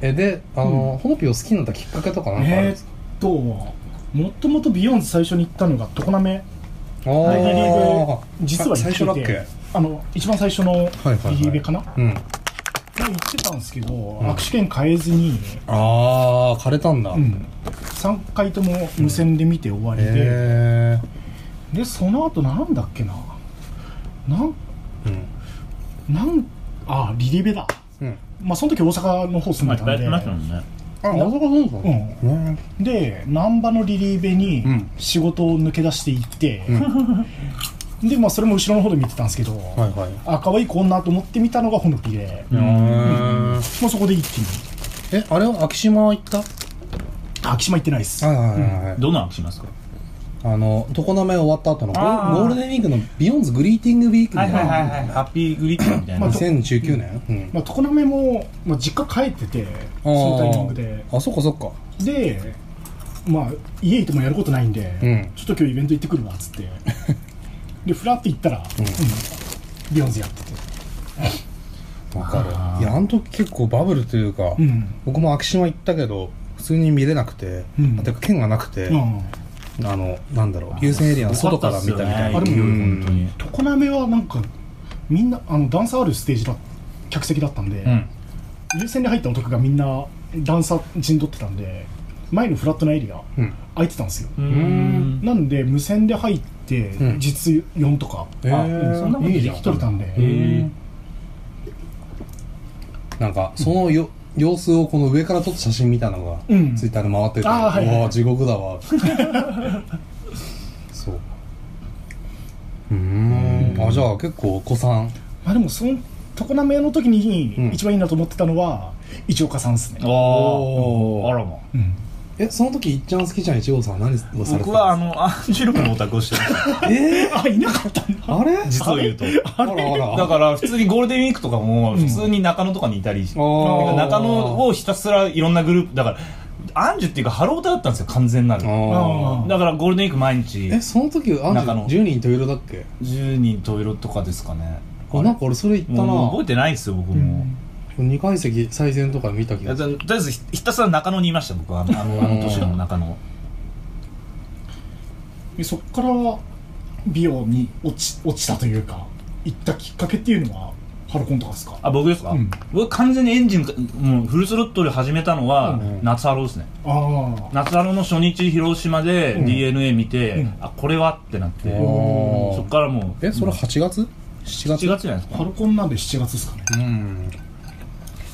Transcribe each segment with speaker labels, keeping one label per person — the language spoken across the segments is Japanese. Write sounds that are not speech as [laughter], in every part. Speaker 1: えであの、ほのぴを好きになったきっかけとかなんかあるん
Speaker 2: えー
Speaker 1: で
Speaker 2: っ
Speaker 1: すか、
Speaker 2: ともともとビヨンズ最初に行ったのが常滑
Speaker 1: あー、
Speaker 2: ビリー
Speaker 1: あ
Speaker 2: ブ実は行
Speaker 1: 最初だ
Speaker 2: っ
Speaker 1: ってけ
Speaker 2: てあの一番最初の
Speaker 1: はいはいはい
Speaker 2: ビリーベかな、
Speaker 1: うん
Speaker 2: が行ってたんですけど、
Speaker 1: ん
Speaker 2: 握手券変えずに、
Speaker 1: ああ枯れたんだ、
Speaker 2: うん、3回とも無線で見て終わりで、
Speaker 1: へえ
Speaker 2: でその後なんだっけななん
Speaker 1: うん
Speaker 2: なんあリリベだ
Speaker 1: うん
Speaker 2: まあその時大阪の方住ん
Speaker 3: まあ
Speaker 2: でたんで、
Speaker 3: やってましたもんね
Speaker 1: あ大阪そうなのうん
Speaker 2: で難波のリリーベに
Speaker 1: うん
Speaker 2: 仕事を抜け出していって、 [laughs] でまあそれも後ろの方で見てたんですけど、
Speaker 1: はいはい
Speaker 2: あ可愛い子女と思って見たのがほのぴで、も
Speaker 1: うん
Speaker 2: うそこで一気に
Speaker 1: えあれは昭島行った
Speaker 2: あ昭島行ってないっす
Speaker 1: はいはいはいはい
Speaker 3: どのアップしますか
Speaker 1: あの常滑終わった後のゴ
Speaker 3: あー
Speaker 1: ゴールデンウィークのビヨンズグリーティングウィークの
Speaker 3: いハッピーグリッドみたい
Speaker 2: ま
Speaker 3: な
Speaker 2: あど
Speaker 1: 2019年うん
Speaker 2: まあ、常滑も、まあ、実家帰っててそのタイミングで
Speaker 1: あーあそっかそっか
Speaker 2: でまあ家いてもやることないんで、
Speaker 1: うん
Speaker 2: ちょっと今日イベント行ってくるわっつってでフラッと行ったら、うんビヨンズやってて
Speaker 1: わかるいやあの時結構バブルというか、
Speaker 2: うん
Speaker 1: 僕も昭島行ったけど普通に見れなくて、
Speaker 2: うん
Speaker 1: てか券がなくて、
Speaker 2: うん
Speaker 1: あのなんだろう優先エリアの外から見たみたいな
Speaker 2: あれも
Speaker 1: うん
Speaker 3: 本当に
Speaker 2: 常滑はなんかみんなあの段差あるステージだ客席だったんで、
Speaker 3: うん
Speaker 2: 優先で入った男がみんな段差陣取ってたんで前のフラットなエリア
Speaker 1: うん
Speaker 2: 空いてたんですよ、
Speaker 3: うん
Speaker 2: なんで無線で入って
Speaker 1: ん
Speaker 2: 実4とか、
Speaker 1: えー、
Speaker 3: そんなこと
Speaker 2: いい
Speaker 3: じ
Speaker 2: で
Speaker 3: ゃん
Speaker 2: きとれたんで、
Speaker 3: え
Speaker 1: なんかそのよ様子をこの上から撮った写真みたいなのが、
Speaker 2: うん
Speaker 1: ツイッターで回ってて
Speaker 2: あーはいはいう
Speaker 1: わー地獄だわそううーんあじゃあ結構お子さん
Speaker 2: まあでもその常滑の時
Speaker 1: うん
Speaker 2: に一番いいなと思ってたのは一岡さんですね、
Speaker 3: あー
Speaker 1: おー
Speaker 3: あらま
Speaker 2: うん
Speaker 1: えその時いっちゃん好きちゃん一号さんは何をされてたんですか
Speaker 3: 僕はあのアンジュルムのオタクをしてました
Speaker 1: えー
Speaker 2: あいなかったんだ
Speaker 1: あれ
Speaker 3: [laughs] 実を言うと
Speaker 1: あらあら
Speaker 3: だから普通にゴールデンウィークとかも普通に中野とかにいたりして、
Speaker 1: あー
Speaker 3: 中野をひたすらいろんなグループだからアンジュっていうかハロータだったんですよ完全なるだ
Speaker 1: あ
Speaker 2: あ
Speaker 3: からゴールデンウィーク毎日
Speaker 1: ーえその時あんじ
Speaker 3: 中野
Speaker 1: 10人と色だっけ
Speaker 3: 10人十色とかですかね
Speaker 1: あなんか俺それ言ったな
Speaker 3: もう覚えてないですよ僕も、
Speaker 1: 2階席最前とか見た気
Speaker 3: いや
Speaker 1: がす
Speaker 3: と
Speaker 1: る
Speaker 3: りあえずひひたすら中野にいました僕はあのあのあの年の中野
Speaker 2: でそっから美容に落ち落ちたというか行ったきっかけっていうのはハロコンとかですか
Speaker 3: あ僕ですか、
Speaker 2: うん
Speaker 3: 僕完全にエンジンもうフルスロットル始めたのは、
Speaker 1: うん
Speaker 3: 夏ハローですね
Speaker 2: ああ
Speaker 3: 夏ハロの初日広島で
Speaker 2: うん
Speaker 3: d n a 見て、
Speaker 2: うん
Speaker 3: あこれはってなって、
Speaker 1: おー
Speaker 3: そっからもう
Speaker 1: えそれ8月 ?7
Speaker 3: 7
Speaker 1: 月
Speaker 3: 月じゃないです
Speaker 2: ハ
Speaker 3: か
Speaker 2: ロコンなんで7月ですかね
Speaker 1: うん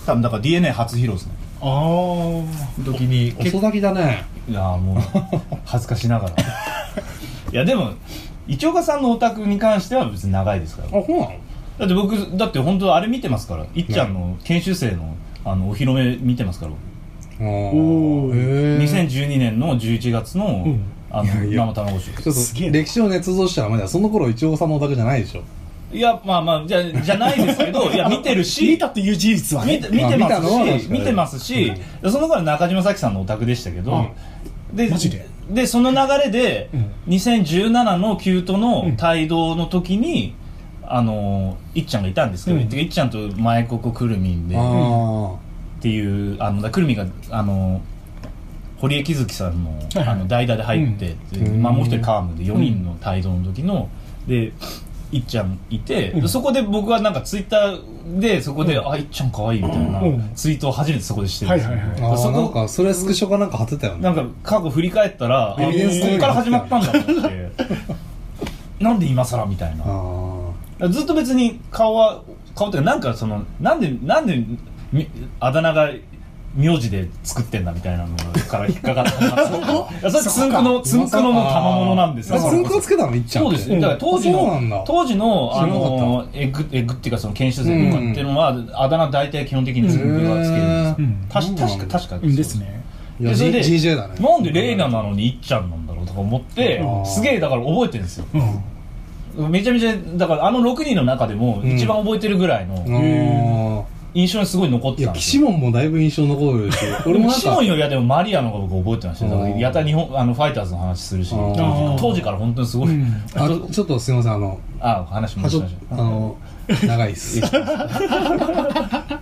Speaker 3: 多分だから d n a 初披露ですね
Speaker 2: ああ
Speaker 3: 時に
Speaker 1: 遅咲きだね
Speaker 3: いやーも
Speaker 1: [laughs]
Speaker 3: う恥ずかしながらいやでも一岡さんのオタクに関しては別に長いですから
Speaker 1: あそうなの
Speaker 3: だって僕だって本当あれ見てますからいっちゃんの研修生のあのお披露目見てますから僕
Speaker 1: あー
Speaker 2: お
Speaker 1: へ
Speaker 2: ー
Speaker 1: ー
Speaker 3: 2012年の11月の,、
Speaker 2: うん
Speaker 3: あの
Speaker 1: いや
Speaker 3: 生卵集
Speaker 1: ちょっ
Speaker 2: すげえ
Speaker 1: と歴史を捏造しちゃダメだよその頃一応さんのお宅じゃないでしょ
Speaker 3: いやまあまあじゃじゃないですけどいや見てるし
Speaker 2: 見たっていう事実は
Speaker 3: 見
Speaker 2: ね
Speaker 3: て見て
Speaker 1: まあ見たのは
Speaker 3: ま
Speaker 1: 確
Speaker 3: すし
Speaker 1: かに
Speaker 3: 見てますし、その頃中島咲さんのお宅でしたけど、で
Speaker 2: マジで
Speaker 3: でその流れで、
Speaker 2: ん
Speaker 3: 2017のキュート
Speaker 2: ん
Speaker 3: の帯同の時に、あのいっちゃんがいたんですけど、
Speaker 2: うん
Speaker 3: てかいっちゃんと前ここくるみんでっ
Speaker 1: あ
Speaker 3: ていうあのだくるみがあの堀江貴月さんの
Speaker 2: はい
Speaker 3: あの代打で入って、
Speaker 1: ん
Speaker 3: でまあ、
Speaker 1: うん
Speaker 3: もう一人カームで4人の帯同の時の、でいっちゃんいて、
Speaker 2: うん
Speaker 3: そこで僕はなんかツイッターでそこで「あいっちゃんかわいい」みたいな
Speaker 2: うん
Speaker 3: ツイートを初めてそこでしてるんですよ、
Speaker 2: はいはいはい
Speaker 1: ーあ
Speaker 3: そ
Speaker 1: ー
Speaker 3: こ
Speaker 1: なんかそれスクショかなんか貼ってたよね
Speaker 3: なんか過去振り返ったら、あ
Speaker 1: エビデンス
Speaker 3: ここから始まったんだと
Speaker 2: [laughs]
Speaker 3: 思って、なんで今更みたい
Speaker 1: あ
Speaker 3: な。
Speaker 1: ー
Speaker 3: ずっと別に顔は、顔っていうか、なんかその、なんで、なんで、みあだ名が、名字で作ってんだみたいなのから引っかかったい
Speaker 1: [laughs]
Speaker 3: やそれつんくの、つんくのもう賜物なんですよ。
Speaker 1: あつんくをつけたのいっちゃん
Speaker 3: そう
Speaker 1: って
Speaker 3: ですね。だから当時
Speaker 1: あそうなんだ
Speaker 3: の、当時の、あ
Speaker 1: 知らな
Speaker 3: の、エッグ、エッグっていうかその研修生とかっていうのは、あだ名大体基本的につんくがつける
Speaker 1: うん
Speaker 3: んですよ。たし確か、確か
Speaker 2: うんですね
Speaker 1: いや
Speaker 3: でそれで
Speaker 1: G- GJ だね
Speaker 3: なんでレイナなのにいっちゃんなんだろうとか思って
Speaker 1: うん
Speaker 3: すげえだから覚えてるんですよ
Speaker 2: うん
Speaker 3: めちゃめちゃだからあの6人の中でも
Speaker 1: ん
Speaker 3: 一番覚えてるぐらい
Speaker 1: あ
Speaker 3: の
Speaker 1: ー
Speaker 3: 印象にすごい残っ
Speaker 1: い
Speaker 3: てた
Speaker 1: や
Speaker 3: んで
Speaker 1: 岸
Speaker 3: すよ
Speaker 1: 門もだいぶ印象残
Speaker 2: [laughs]
Speaker 1: るし俺もなん
Speaker 3: シモ
Speaker 1: か
Speaker 3: ンよりはでもマリアの方が僕覚えてましたよだからやたら日本あのファイターズの話するし
Speaker 1: あー
Speaker 3: 当時から本当にすごい
Speaker 2: うん
Speaker 1: あちょっとすいませんあの
Speaker 3: あ話も
Speaker 1: は
Speaker 3: し
Speaker 1: ちょ
Speaker 3: まし
Speaker 1: あ
Speaker 3: た
Speaker 1: の長いっ
Speaker 2: [laughs]
Speaker 1: す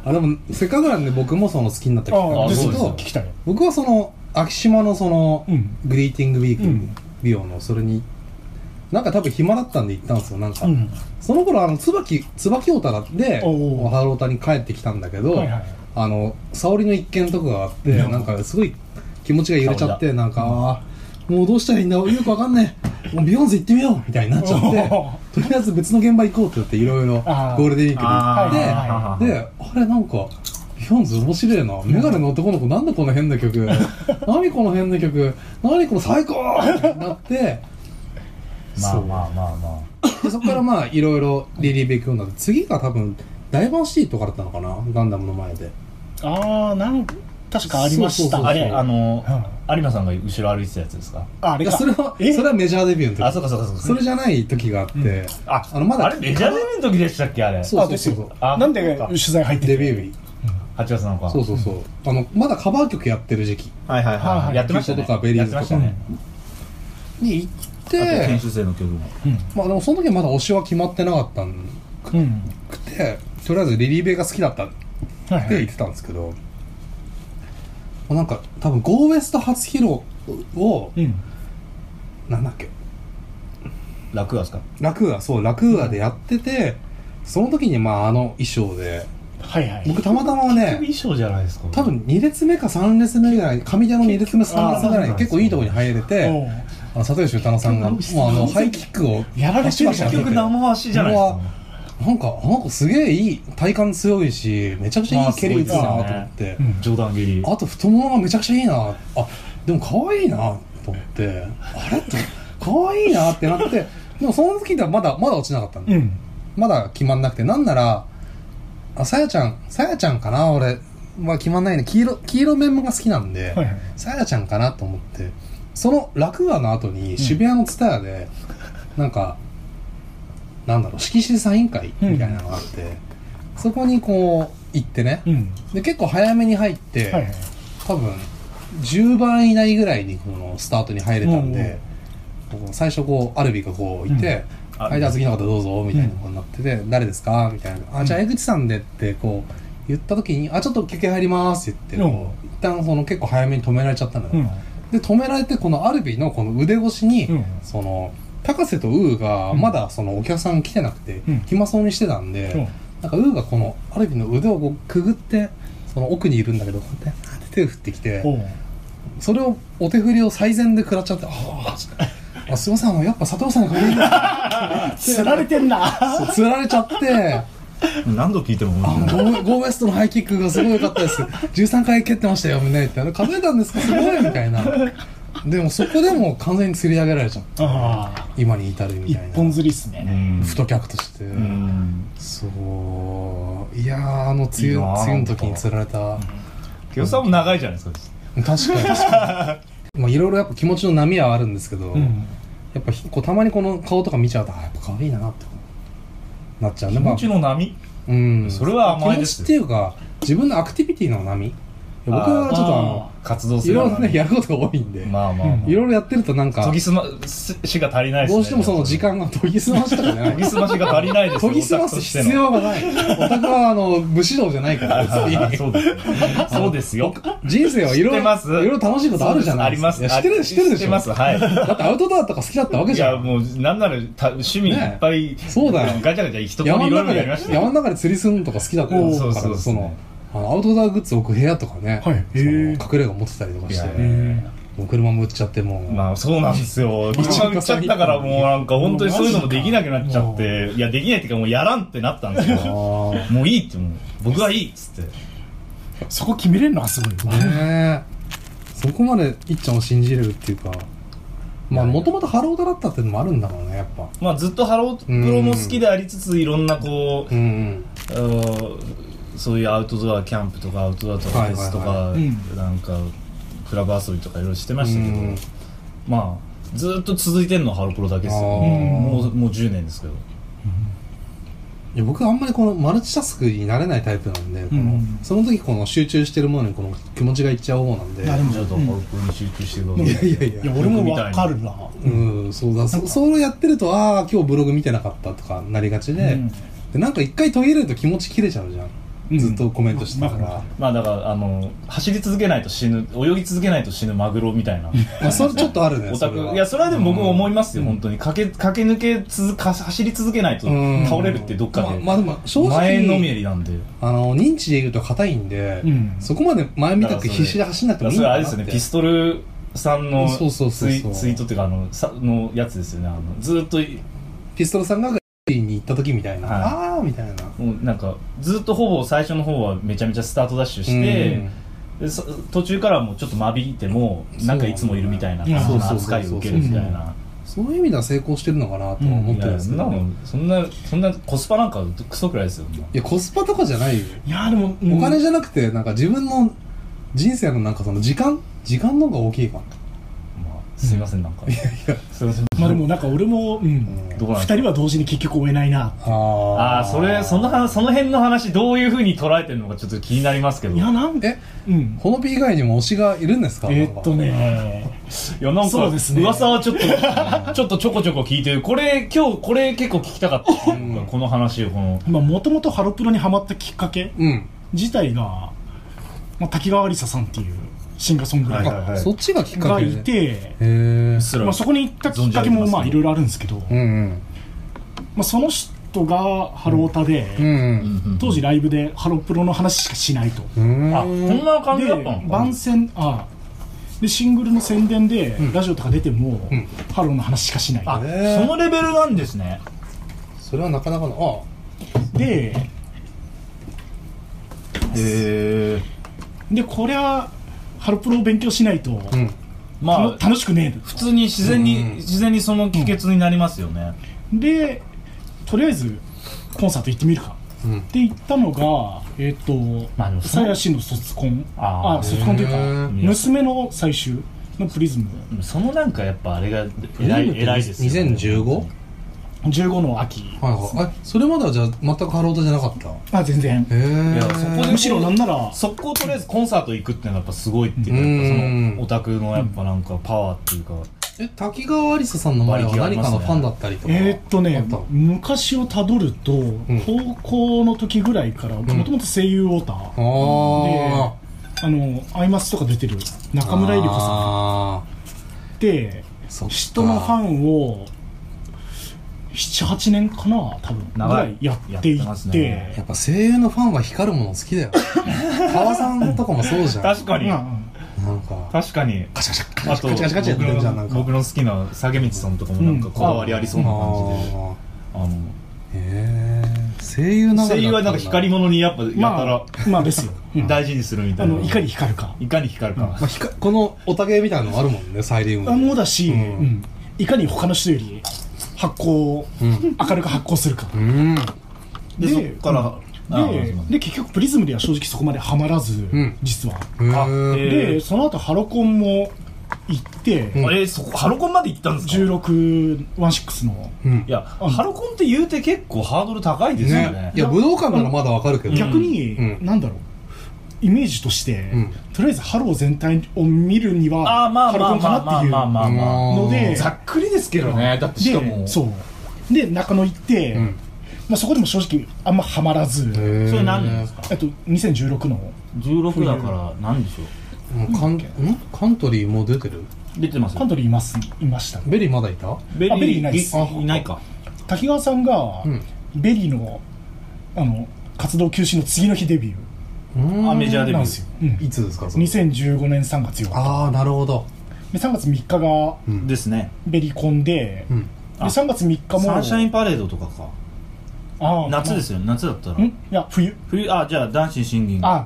Speaker 1: あでもせっかくなんで僕もその好きになったきっか
Speaker 2: あ
Speaker 1: け
Speaker 2: あ
Speaker 1: で
Speaker 2: ですそ
Speaker 1: け
Speaker 2: う
Speaker 1: ど
Speaker 2: 聞きたいよ
Speaker 1: 僕はその昭島のその、
Speaker 2: うん
Speaker 1: グリーティングウィーク、
Speaker 2: うん
Speaker 1: 美容のそれになんか多分暇だったんで行ったんですよなんか、
Speaker 2: うん
Speaker 1: その頃あの椿椿太田で
Speaker 2: おうおう
Speaker 1: ハロータに帰ってきたんだけど、
Speaker 2: はいはい
Speaker 1: あの沙織の一件とかがあって
Speaker 2: うん
Speaker 1: なんかすごい気持ちが揺れちゃっ
Speaker 3: 沙織
Speaker 1: てなんか、あーもうどうしたらいいんだよくわかんね
Speaker 2: [laughs]
Speaker 1: えもうビヨンズ行ってみようみたいになっちゃっ
Speaker 2: お
Speaker 1: てとりあえず別の現場行こうって言っていろいろゴ
Speaker 2: あー
Speaker 1: ールデンウィークに行
Speaker 2: あ
Speaker 1: っ
Speaker 2: ー
Speaker 1: て
Speaker 2: はいはいは
Speaker 1: で、あれなんか、ビヨンズ面白い
Speaker 2: [laughs]
Speaker 1: な。メガネの男の子なんだこの変な曲。何この変な曲。何この最高ってなって、
Speaker 3: まあ
Speaker 1: そう
Speaker 3: まあまあま
Speaker 1: でそこからまあいろいろリリーベイクになって、次が多分、ダイバーシティとかだったのかなガンダムの前で。
Speaker 2: ああなん確かありました
Speaker 1: そうそうそう
Speaker 3: あ。あれ、あの
Speaker 2: う、
Speaker 3: 有馬さんが後ろ歩いてたやつですか
Speaker 2: ああれ
Speaker 1: いや
Speaker 2: か
Speaker 1: それは、
Speaker 2: え
Speaker 1: それはメジャーデビューの時。
Speaker 3: あ、そうかそうかそうか。
Speaker 1: それじゃない時があって、
Speaker 3: あ、
Speaker 1: あのまだ
Speaker 3: あれメジャーデビューの時でしたっけあれ。
Speaker 1: そう
Speaker 2: あですよ
Speaker 3: あ
Speaker 2: なんで
Speaker 3: そうか
Speaker 2: 取材入って
Speaker 1: デビュー
Speaker 2: 日
Speaker 1: 日。
Speaker 3: 八月なのか。
Speaker 1: そうそうそう。あの、まだカバー曲やってる時期
Speaker 3: はいはい
Speaker 2: はい
Speaker 3: やってましたね。
Speaker 1: キュートとかベリーズとか
Speaker 3: やってましたね。
Speaker 1: に行っ
Speaker 3: あと研
Speaker 1: て、
Speaker 3: 修生の曲も。
Speaker 1: まあでもその時まだ推しは決まってなかったん
Speaker 2: うん、うん
Speaker 1: くて、とりあえずリリーベイが好きだった
Speaker 2: はい
Speaker 1: って
Speaker 2: は
Speaker 1: 言
Speaker 2: い
Speaker 1: ってたんですけど、もうなんか多分 GO ウエスト初披露を、
Speaker 2: うん
Speaker 1: なんだっけ
Speaker 3: 楽ですか
Speaker 1: ラクーアそうラクーアでやってて、その時にまああの衣装で
Speaker 2: はいはい
Speaker 1: 僕たまたまね
Speaker 3: 衣装じゃないですか。
Speaker 1: 多分2列目か3列目ぐらい上手の2列目3列目ぐらい
Speaker 3: あー
Speaker 1: に結構いいところに入れ
Speaker 2: お
Speaker 1: て
Speaker 2: う
Speaker 1: あの里吉歌乃さんがもうあのハイキックを
Speaker 2: やられてるじゃん
Speaker 1: バシバシ
Speaker 3: 結
Speaker 1: やって
Speaker 3: 局生足じゃないですか。
Speaker 1: なんかあの子すげえいい体幹強いしめちゃくちゃいい蹴り打つなと思って、
Speaker 2: うん
Speaker 3: 冗談切り。
Speaker 1: あと太ももがめちゃくちゃいいなあでも可愛いなと思ってあれって可愛いなってなってでもその時ではまだまだ落ちなかったんで、
Speaker 2: うん
Speaker 1: まだ決まんなくてなんならあさやちゃんさやちゃんかな俺まあ決まんないね黄色黄色面もが好きなんで、
Speaker 2: はいはい
Speaker 1: さやちゃんかなと思ってその楽話の後に渋谷のツタヤで、なんかなんだろう色紙サイン会みたいなのがあって、そこにこう行ってね、
Speaker 2: うん
Speaker 1: で結構早めに入って、
Speaker 2: はいはい
Speaker 1: 多分10番以内ぐらいにこのスタートに入れたんで、こう最初こうアルビがこういて「
Speaker 3: うん
Speaker 1: はいじゃあ次の方どうぞ」みたいなことになってて「誰ですか?」みたいな「あじゃあ江口さんで」ってこう言った時に「あちょっと休憩入ります」って言ってこう、一旦その結構早めに止められちゃったのよ、
Speaker 2: うん
Speaker 1: で止められてこのアルビのこの腕越しに、
Speaker 2: うん
Speaker 1: その高瀬とウーがまだそのお客さん来てなくて、
Speaker 2: うん
Speaker 1: 暇そうにしてたんで、
Speaker 2: うん
Speaker 1: なんかウーがこのアルビの腕をこうくぐってその奥にいるんだけどこうやってあーって手を振ってきて
Speaker 2: おう
Speaker 1: それをお手振りを最善で食らっちゃって「あーあすいませんあのやっぱ佐藤さんがいいん
Speaker 2: [laughs]
Speaker 1: だ」
Speaker 2: 釣られてんな
Speaker 1: そうつられちゃって。
Speaker 3: 何度聞いても面
Speaker 1: あ
Speaker 3: 白い
Speaker 1: のゴーゴーウエストのハイキックがすごい良かったです13回蹴ってましたよ胸ってあの数えたんですかすごいみたいなでもそこでもう完全に釣り上げられちゃって
Speaker 2: ああ
Speaker 1: 今に至るみ
Speaker 2: 一
Speaker 1: たいな
Speaker 2: 本釣りっす
Speaker 3: う
Speaker 2: ね
Speaker 3: ん
Speaker 1: 太客として、
Speaker 3: うん。
Speaker 1: そういやーあの梅雨
Speaker 3: いいなー
Speaker 1: 梅雨の時に釣られた
Speaker 3: 清さんも長いじゃないですか。
Speaker 1: 確かに確か
Speaker 3: [laughs]
Speaker 1: にまあいろいろやっぱ気持ちの波はあるんですけど、
Speaker 2: うん
Speaker 1: やっぱひこうたまにこの顔とか見ちゃうとあやっぱ可愛いなってなっちゃうん
Speaker 3: 気
Speaker 1: で
Speaker 3: 持ち
Speaker 1: ま
Speaker 3: の波
Speaker 1: あうん
Speaker 3: それは甘いです
Speaker 1: 気持ちっていうか自分のアクティビティの波いや僕はちょっとあの
Speaker 3: 活動す
Speaker 1: い
Speaker 3: る
Speaker 1: ろい
Speaker 3: 波。
Speaker 1: ろねやることが多いんで、
Speaker 3: まあまあまあ。
Speaker 1: いろいろやってるとなんか
Speaker 3: 研ぎ澄ましが足りないですね。
Speaker 1: どうしてもその時間が研ぎ澄ましたから
Speaker 3: 研ぎ
Speaker 1: ね
Speaker 3: 澄ましが足りないです
Speaker 1: 研ぎ澄ます必要が
Speaker 3: [laughs]
Speaker 1: ないオタクはあの武士道じゃないから別に
Speaker 3: あ [laughs] そうですよそうですよ。
Speaker 1: [laughs] 人生はいろい
Speaker 3: 知ってます
Speaker 1: ろいろ楽しいことあるじゃない
Speaker 3: あります。
Speaker 1: や知ってる知ってるでし
Speaker 3: 知って
Speaker 1: ょ
Speaker 3: ます。はい。
Speaker 1: だってアウトドアとか好きだったわけ
Speaker 3: い
Speaker 1: じゃ
Speaker 3: や、
Speaker 1: ん
Speaker 3: もう、なんなら、た趣味いっぱい、
Speaker 1: そうだよ
Speaker 3: ガチャガチャ、一通りい
Speaker 1: 山
Speaker 3: ろ
Speaker 1: の中
Speaker 3: いろや
Speaker 1: で
Speaker 3: りました
Speaker 1: 山
Speaker 3: よ。
Speaker 1: の中で釣りするのとか好きだったから
Speaker 2: おう
Speaker 1: だから
Speaker 3: そうそうそう
Speaker 1: そのあのアウトドアグッズ置く部屋とかね、
Speaker 2: はい
Speaker 1: その
Speaker 2: へえ
Speaker 1: 隠れ家持ってたりとかし
Speaker 3: いやい
Speaker 1: て
Speaker 3: や
Speaker 1: もう車も売っちゃってもう、
Speaker 3: まあ、そうなんです [laughs] よ。車売っちゃったから、もうなんか、本当にそういうのもできなくなっちゃって、いや、できないっていうか、もうやらんってなったんです
Speaker 1: あ
Speaker 3: [laughs] よ。もういいって、もう、僕はいいっつって。
Speaker 2: そこ決めれるのはすごい
Speaker 1: ーねえそこまでいっちゃんを信じれるっていうかまあもともとハローダだったっていうのもあるんだろうねやっぱ
Speaker 3: まあ、ずっとハロープロも好きでありつつ、いろんなこう
Speaker 1: う、ん
Speaker 3: うんそういうアウトドアキャンプとかアウトドアとか
Speaker 1: はい
Speaker 3: フェ
Speaker 1: はいはい
Speaker 3: ス
Speaker 2: うん
Speaker 3: とかなんかクラブ遊びとかいろいろしてま
Speaker 1: う
Speaker 3: したけど
Speaker 1: ん
Speaker 3: まあずーっと続いてんのはハロプロだけですよ
Speaker 1: あー
Speaker 3: もうもう10年ですけど
Speaker 1: いや僕はあんまりこのマルチタスクになれないタイプなんでこの、
Speaker 2: うん
Speaker 1: その時この集中してるものにこの気持ちがいっちゃう方なんで
Speaker 2: なるほ
Speaker 3: ちょっとハロプロに集中してください
Speaker 1: いやいやい
Speaker 2: いや
Speaker 1: や
Speaker 2: 俺もわかるな
Speaker 1: うんそうだそそうやってるとああ今日ブログ見てなかったとかなりがちで、
Speaker 2: うん
Speaker 1: でなんか一回途切れると気持ち切れちゃうじゃん、
Speaker 2: うん
Speaker 1: ずっとコメントしてたから、
Speaker 2: まあまあ
Speaker 3: まあだからあの走り続けないと死ぬ泳ぎ続けないと死ぬマグロみたいな
Speaker 1: まあ、それちょっとあるね
Speaker 3: オ
Speaker 1: そ
Speaker 3: タ
Speaker 1: れ
Speaker 3: ク
Speaker 1: はい
Speaker 3: やそれはでも僕も思いますよ、
Speaker 1: うん
Speaker 3: 本当に駆け駆け抜け続か走り続けないと
Speaker 1: うん
Speaker 3: 倒れるってどっか
Speaker 1: まあ、
Speaker 3: で、
Speaker 1: まあでも正直
Speaker 3: 前のめりなんで
Speaker 1: あの認知で言うと硬いんで、
Speaker 2: うん
Speaker 1: そこまで前みたく必死で走んな
Speaker 3: だ
Speaker 1: くて
Speaker 3: か
Speaker 1: も
Speaker 3: ら
Speaker 1: いいん
Speaker 3: それ
Speaker 1: だ
Speaker 3: あ
Speaker 1: なっ
Speaker 3: れで
Speaker 1: て
Speaker 3: すよねピストルさんのツ
Speaker 1: そうそうそう
Speaker 3: イ
Speaker 1: そう
Speaker 3: ツイートっていうかあのさのやつですよねあのずーっとい
Speaker 1: ピストルさんがに行った時みたいな、
Speaker 3: はい
Speaker 1: ああみたいな
Speaker 3: もうなんかずっとほぼ最初の方はめちゃめちゃスタートダッシュして、
Speaker 1: うん
Speaker 3: でそ途中からはもうちょっと間引いてもなんかいつもいるみたいな感じ
Speaker 2: そう
Speaker 3: の
Speaker 1: なんだよね
Speaker 3: 扱いを受けるみたいな。
Speaker 1: そういう意味では成功してるのかなとは思っ
Speaker 3: い
Speaker 1: てるん
Speaker 3: や
Speaker 1: です
Speaker 3: そ
Speaker 1: け
Speaker 3: ん
Speaker 1: ど
Speaker 3: な
Speaker 1: ね、
Speaker 3: も
Speaker 1: い
Speaker 3: んそんなそんなコスパなんかクソくらいですよもう
Speaker 1: やコスパとかじゃないよ、
Speaker 2: いやーでも、
Speaker 1: お金
Speaker 2: じ
Speaker 1: じゃなくてなんか自分の人生のなんかその時間時間の方が大きいかな
Speaker 3: まあ、すいませんなんかすいません
Speaker 2: ゃまあでもなんか俺も、うん
Speaker 3: どうなん
Speaker 2: 二人は同時に結局追えないな
Speaker 1: あ
Speaker 3: ああそれその話その辺の話どういうふうに捉えてるのかちょっと気になりますけど
Speaker 2: いやなん
Speaker 1: え
Speaker 2: うん
Speaker 1: ほのぴ以外にも推しがいるんですか
Speaker 2: えーっとね
Speaker 3: いやなんか
Speaker 2: そうですね
Speaker 3: 噂はちょっと [laughs] ちょっとちょこちょこ聞いてるこれ今日これ結構聞きたかった、
Speaker 1: うん
Speaker 3: この話をこの
Speaker 2: まあもともとハロプロにハマったきっかけ
Speaker 1: うん、
Speaker 2: 自体が、まあ、滝川有沙さんっていうシンガーソングライター
Speaker 3: はい
Speaker 1: そっちがきっか
Speaker 2: が
Speaker 1: けで
Speaker 2: いて、
Speaker 1: へえ
Speaker 3: すら
Speaker 2: まあ、そこに行ったきっかけもまあいろいろあるんですけど、
Speaker 1: う
Speaker 2: ま
Speaker 1: んうん
Speaker 2: あ、その人がハロータで、
Speaker 1: うん
Speaker 2: 当時ライブでハロプロの話しかしないと、
Speaker 1: うん
Speaker 3: あこんな感じだったのか
Speaker 2: で番宣あでシングルの宣伝で、ラジオとか出ても、
Speaker 1: ん
Speaker 2: ハローの話しかしない、
Speaker 3: あ
Speaker 1: へー
Speaker 3: そのレベルなんですね
Speaker 1: それはなかなかの
Speaker 2: で
Speaker 3: へえ
Speaker 2: でこりゃハロプロを勉強しないと、
Speaker 1: あうん
Speaker 3: まあ
Speaker 2: 楽楽しくね
Speaker 3: 普通に自然に、
Speaker 1: うん
Speaker 3: 自然にその帰結になりますよね、
Speaker 2: えでとりあえずコンサート行ってみるか
Speaker 1: うん
Speaker 2: って言ったのがえっ、と
Speaker 3: まあでもそ
Speaker 2: 鞘
Speaker 3: の
Speaker 2: 師の卒コン
Speaker 3: あー
Speaker 2: あ卒コンというか
Speaker 1: へー
Speaker 2: 娘の最終のプリズム
Speaker 3: そのなんかやっぱあれが偉い偉いですよ、ね、
Speaker 1: 2015
Speaker 2: 15の秋
Speaker 1: はいはいあそれまではじゃあ全くハロータじゃなかったへ
Speaker 2: あ全然
Speaker 1: え
Speaker 3: いやそこで
Speaker 2: むしろなんなら
Speaker 3: 速攻とりあえずコンサート行くっていうのはやっぱすごいっていうか
Speaker 1: うん
Speaker 3: やっぱそのオタクのやっぱなんかパワーっていうか、
Speaker 1: え滝川有沙さんの前は何かのファンだったりとか
Speaker 2: えーっと
Speaker 1: あ
Speaker 2: ね
Speaker 1: ったの
Speaker 2: 昔をたどると、
Speaker 1: ん
Speaker 2: 高校の時ぐらいからもともと声優オーター、
Speaker 1: あ
Speaker 2: あのアイマスとか出てる
Speaker 1: あ
Speaker 2: 中村えり子さ
Speaker 1: あ
Speaker 2: んって
Speaker 1: ーそっか
Speaker 2: 人のファンを78年かな多分ぐ
Speaker 3: 長
Speaker 2: ら
Speaker 3: い
Speaker 2: いやってい
Speaker 3: やってま
Speaker 2: っ
Speaker 3: す
Speaker 2: て
Speaker 3: ね
Speaker 1: やっぱ声優のファンは光るもの好き
Speaker 3: [laughs]
Speaker 1: だよ川さんとかもそうじゃん
Speaker 3: 確かに、
Speaker 2: うん
Speaker 1: なんか
Speaker 3: 確かに
Speaker 1: カチャカチャ
Speaker 3: あ
Speaker 1: カチ
Speaker 3: と
Speaker 1: ャカチャカチャカチャやってるじゃんなん
Speaker 3: 僕
Speaker 1: か
Speaker 3: の僕の好きな髺道さんとかもなんかこだわりありそうな感じで、
Speaker 1: あ
Speaker 3: あ
Speaker 1: ーへえ声優な
Speaker 3: の声優はなんか光り物にやっぱや
Speaker 2: うんま
Speaker 3: たら
Speaker 2: あまあですよ、うん
Speaker 3: [laughs] 大事にするみた
Speaker 2: あ
Speaker 3: いな、
Speaker 2: のいかに光るか
Speaker 3: いかに光るか、
Speaker 1: まあ、ひかこのおたげみたいなのあるもんねサイリウム
Speaker 2: あもうだし、
Speaker 1: うん
Speaker 2: うんいかに他の人より発光を
Speaker 1: うん
Speaker 2: 明るく発光するか、
Speaker 1: うん
Speaker 3: でそっからあ
Speaker 2: うんで
Speaker 3: そうなんだ
Speaker 2: で結局プリズムでは正直そこまではまらず、
Speaker 1: ん
Speaker 2: 実は
Speaker 3: あ
Speaker 1: へえ
Speaker 3: え
Speaker 2: で
Speaker 3: ー
Speaker 2: その後ハロコンも行って、
Speaker 1: うん
Speaker 3: えーそこハロコンまで行ったんですかい
Speaker 2: 1616の
Speaker 1: うん
Speaker 3: や
Speaker 2: うん
Speaker 3: ハロコンって言うて結構ハードル高いですよね
Speaker 1: ねいや武道館ならまだわかるけど
Speaker 2: 逆に、
Speaker 1: うん
Speaker 2: なんだろうイメージとして、
Speaker 1: うん
Speaker 2: とりあえずハロー全体を見るには
Speaker 3: あーまあ
Speaker 2: ハロ
Speaker 3: ま
Speaker 2: コ
Speaker 3: あ
Speaker 2: ンかなっ
Speaker 3: まあまあ
Speaker 2: ていう
Speaker 3: まあまあまあ
Speaker 1: うん
Speaker 2: ので
Speaker 3: ざっくりですけどねだってしかも
Speaker 2: でそうで中野行って、
Speaker 1: うん
Speaker 2: まあ、そこでも正直あんまハマら
Speaker 1: へ
Speaker 2: ず、
Speaker 1: え
Speaker 3: それ何年ですか
Speaker 2: あと2016の
Speaker 3: 16だから何でしょ
Speaker 1: うんカンんカントリーもう出てる
Speaker 3: う出てます
Speaker 2: カントリーいますいました
Speaker 1: ベリーまだいた
Speaker 3: ベリー
Speaker 2: あベリーいないです
Speaker 3: あいないか
Speaker 2: 滝川さんが、
Speaker 1: うん
Speaker 2: ベリーのあの活動休止の次の日デビュ
Speaker 1: うん
Speaker 3: あメジャーデ
Speaker 2: ーな
Speaker 3: ビ
Speaker 2: ん
Speaker 3: ュー
Speaker 2: ですよ、うん
Speaker 1: いつですかそれ
Speaker 2: 2015年3月4日
Speaker 1: ああなるほど
Speaker 2: で3月3日が
Speaker 1: うん
Speaker 3: ですね
Speaker 2: ベリコンで,、
Speaker 1: う
Speaker 2: で
Speaker 1: ん
Speaker 3: あ
Speaker 2: 3月3日も
Speaker 3: サンシャインパレードとかか
Speaker 2: あー
Speaker 3: 夏ですよね夏だったら
Speaker 2: んいや冬
Speaker 3: 冬あじゃあ男子シンギング
Speaker 2: あ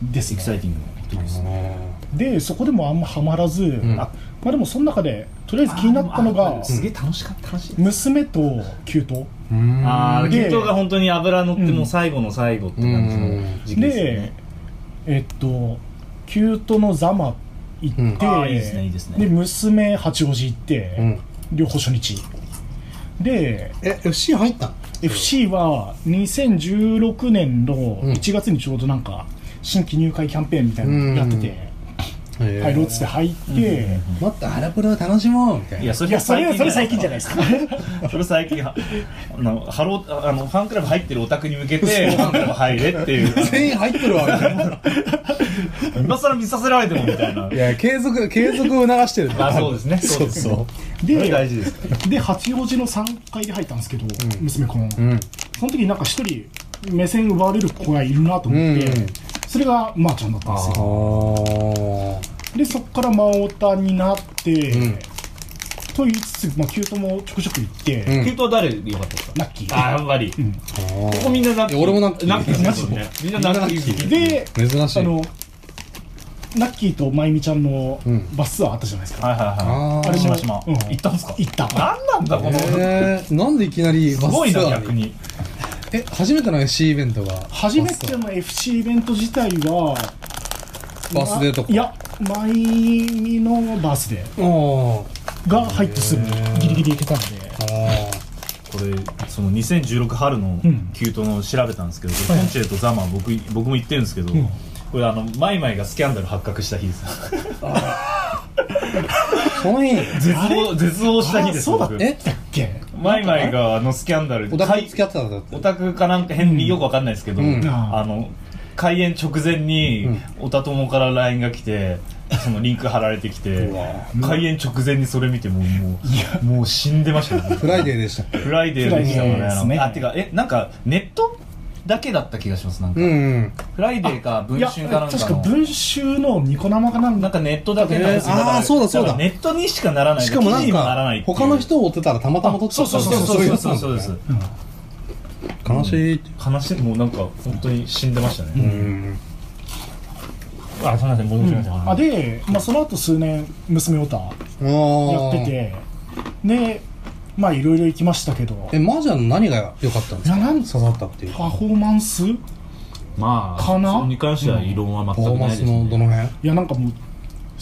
Speaker 2: です
Speaker 3: エキ
Speaker 2: ね
Speaker 3: サイティングの時ですね
Speaker 2: でそこでもあんまハマらず、
Speaker 1: ん
Speaker 2: あまあでもその中でとりあえず気になったの
Speaker 3: あで
Speaker 2: が
Speaker 3: もすげえ楽しかった楽しい
Speaker 2: 娘と給湯
Speaker 1: うん
Speaker 3: ああ
Speaker 2: で
Speaker 3: 給湯が本当に油乗って
Speaker 2: うん
Speaker 3: もう最後の最後って感じの時期ですよ
Speaker 2: で
Speaker 3: ね
Speaker 2: えっと給湯のザマ行って、
Speaker 1: うん
Speaker 3: あーいいですねいいですね
Speaker 2: で娘八王子行って、
Speaker 1: うん
Speaker 2: 両方初日で
Speaker 1: え FC 入ったの
Speaker 2: FC は2016年の
Speaker 1: うん
Speaker 2: 1月にちょうどなんか新規入会キャンペーンみたいなのやってて、
Speaker 1: へー
Speaker 2: パイローツで入って、
Speaker 1: もっとアラプロを楽しもうみたいない
Speaker 3: やそ
Speaker 2: いやそれはそれ最近じゃないいですかい
Speaker 3: [laughs] それ最近はあのハローあのファンクラブ入ってるオタクに向けてファンクラブ入れっていう
Speaker 1: [laughs] [laughs] 全員入ってるわみたいな [laughs]
Speaker 3: 今更見させられてもみたいない
Speaker 1: や継続継続を促してるんだ
Speaker 3: あそうですね [laughs] そうです
Speaker 1: そう
Speaker 3: でこれ大事ですか
Speaker 2: で八王子の3階で入ったんですけど、
Speaker 1: ん
Speaker 2: 娘この、
Speaker 1: そううん
Speaker 2: その時になんか一人目線奪われる子がいるなと思って、
Speaker 1: うんうん
Speaker 2: それがまーちゃんだったんですよ
Speaker 1: ああ
Speaker 2: でそこから真央たになって、
Speaker 1: うん
Speaker 2: と言いつつ、まあ、キュートもちょくちょく行って、
Speaker 1: うん
Speaker 3: 系統は誰でよかったですか
Speaker 2: ラッキー
Speaker 3: あーやっぱり
Speaker 2: うん
Speaker 1: こ
Speaker 3: ここみんなナッキー
Speaker 1: 俺もナッキー
Speaker 3: ナッキ
Speaker 2: マ
Speaker 3: ーマ
Speaker 2: ジ
Speaker 3: ジ
Speaker 2: で
Speaker 3: ねみんなナッキー
Speaker 2: で
Speaker 1: 珍しい
Speaker 2: あのラッキーとまゆみちゃんの
Speaker 1: うん
Speaker 2: バスツアーあったじゃないですか、
Speaker 3: はいはいはい
Speaker 1: あー
Speaker 2: れ
Speaker 3: しましま
Speaker 2: うん
Speaker 3: 行ったんすか
Speaker 2: 行った
Speaker 3: 何なんだこの
Speaker 1: えー、なんでいきなり
Speaker 3: す
Speaker 1: バ
Speaker 3: ご
Speaker 1: ス
Speaker 3: い
Speaker 1: ツ
Speaker 3: な
Speaker 1: アー
Speaker 3: 逆
Speaker 1: に
Speaker 3: に
Speaker 1: え初めての SC イベントが
Speaker 2: 初めての FC イベント自体は
Speaker 1: バスデーとか
Speaker 2: いやまゆみのバースデ
Speaker 1: おー
Speaker 2: ーが入ってすぐギリギリ行けたんで
Speaker 1: あ
Speaker 3: これその2016春の
Speaker 2: うん
Speaker 3: キュートの調べたんですけど、これコンチェルとザマン僕僕も言ってるんですけど、
Speaker 2: ん
Speaker 3: これあのマイマイがスキャンダル発覚した日です
Speaker 1: ーその日
Speaker 3: 絶望 [laughs] 絶望した日です
Speaker 2: あそうだ
Speaker 3: 僕
Speaker 1: え
Speaker 2: だっけ
Speaker 3: マイマイがあのスキャンダル
Speaker 1: お
Speaker 3: か
Speaker 1: 互
Speaker 3: い
Speaker 1: い付き合ってたんだって
Speaker 3: オタクかなんか変によくわかんないですけど、
Speaker 1: うん
Speaker 3: あの開演直前に
Speaker 1: うん
Speaker 3: オタ友から LINE が来てそのリンク貼られてきて
Speaker 1: うわ
Speaker 3: 開演直前にそれ見てもうもうもう死んでましたね
Speaker 1: フライデーでしたっけ
Speaker 3: フライデーでしたもん
Speaker 2: フ
Speaker 3: ね
Speaker 2: ライデーです
Speaker 3: あ
Speaker 2: ね
Speaker 3: のあてかえなんかネットだけだった気がしますなんか、
Speaker 1: うんうん
Speaker 3: フライデーか文
Speaker 2: いや
Speaker 3: 春かなん
Speaker 2: 確
Speaker 3: か
Speaker 2: か
Speaker 3: の
Speaker 2: 文春のニコ生かなん
Speaker 3: な
Speaker 2: か
Speaker 3: んかネットだけなんです
Speaker 1: え
Speaker 3: よ
Speaker 1: ー
Speaker 3: だから
Speaker 1: あーそうだそうだ
Speaker 3: からネットにしかならない
Speaker 1: しかもな
Speaker 3: 記事
Speaker 1: ん
Speaker 3: にもならない
Speaker 1: か
Speaker 3: ってい
Speaker 1: 他
Speaker 3: う
Speaker 1: の人を追ってたらたまたま撮っちゃ
Speaker 3: そう
Speaker 1: った
Speaker 3: そう
Speaker 1: と
Speaker 3: そう
Speaker 1: か
Speaker 3: そうそうそう
Speaker 1: い
Speaker 3: そう
Speaker 1: こ
Speaker 3: で
Speaker 1: とだよ
Speaker 3: す
Speaker 1: ね悲しいって
Speaker 3: 悲しいもうなんか本当に死んでました
Speaker 1: う
Speaker 3: ね、
Speaker 1: ん
Speaker 3: あすみません戻りました
Speaker 2: あで、まあ、その後数年娘オタや
Speaker 1: あー
Speaker 2: っててでまあいろいろ行きましたけど
Speaker 1: えマージャンの何が良かったんですか
Speaker 2: いやなん
Speaker 1: 刺さったっていうパ
Speaker 2: パフォーマンスい
Speaker 3: まあ
Speaker 2: かな
Speaker 3: それに関しては異論は
Speaker 1: フ
Speaker 3: 全
Speaker 1: ォ
Speaker 3: く
Speaker 1: ーマン
Speaker 3: ないで
Speaker 1: ス
Speaker 3: す、
Speaker 1: のどの
Speaker 3: ね、
Speaker 1: 辺
Speaker 2: やなんかもう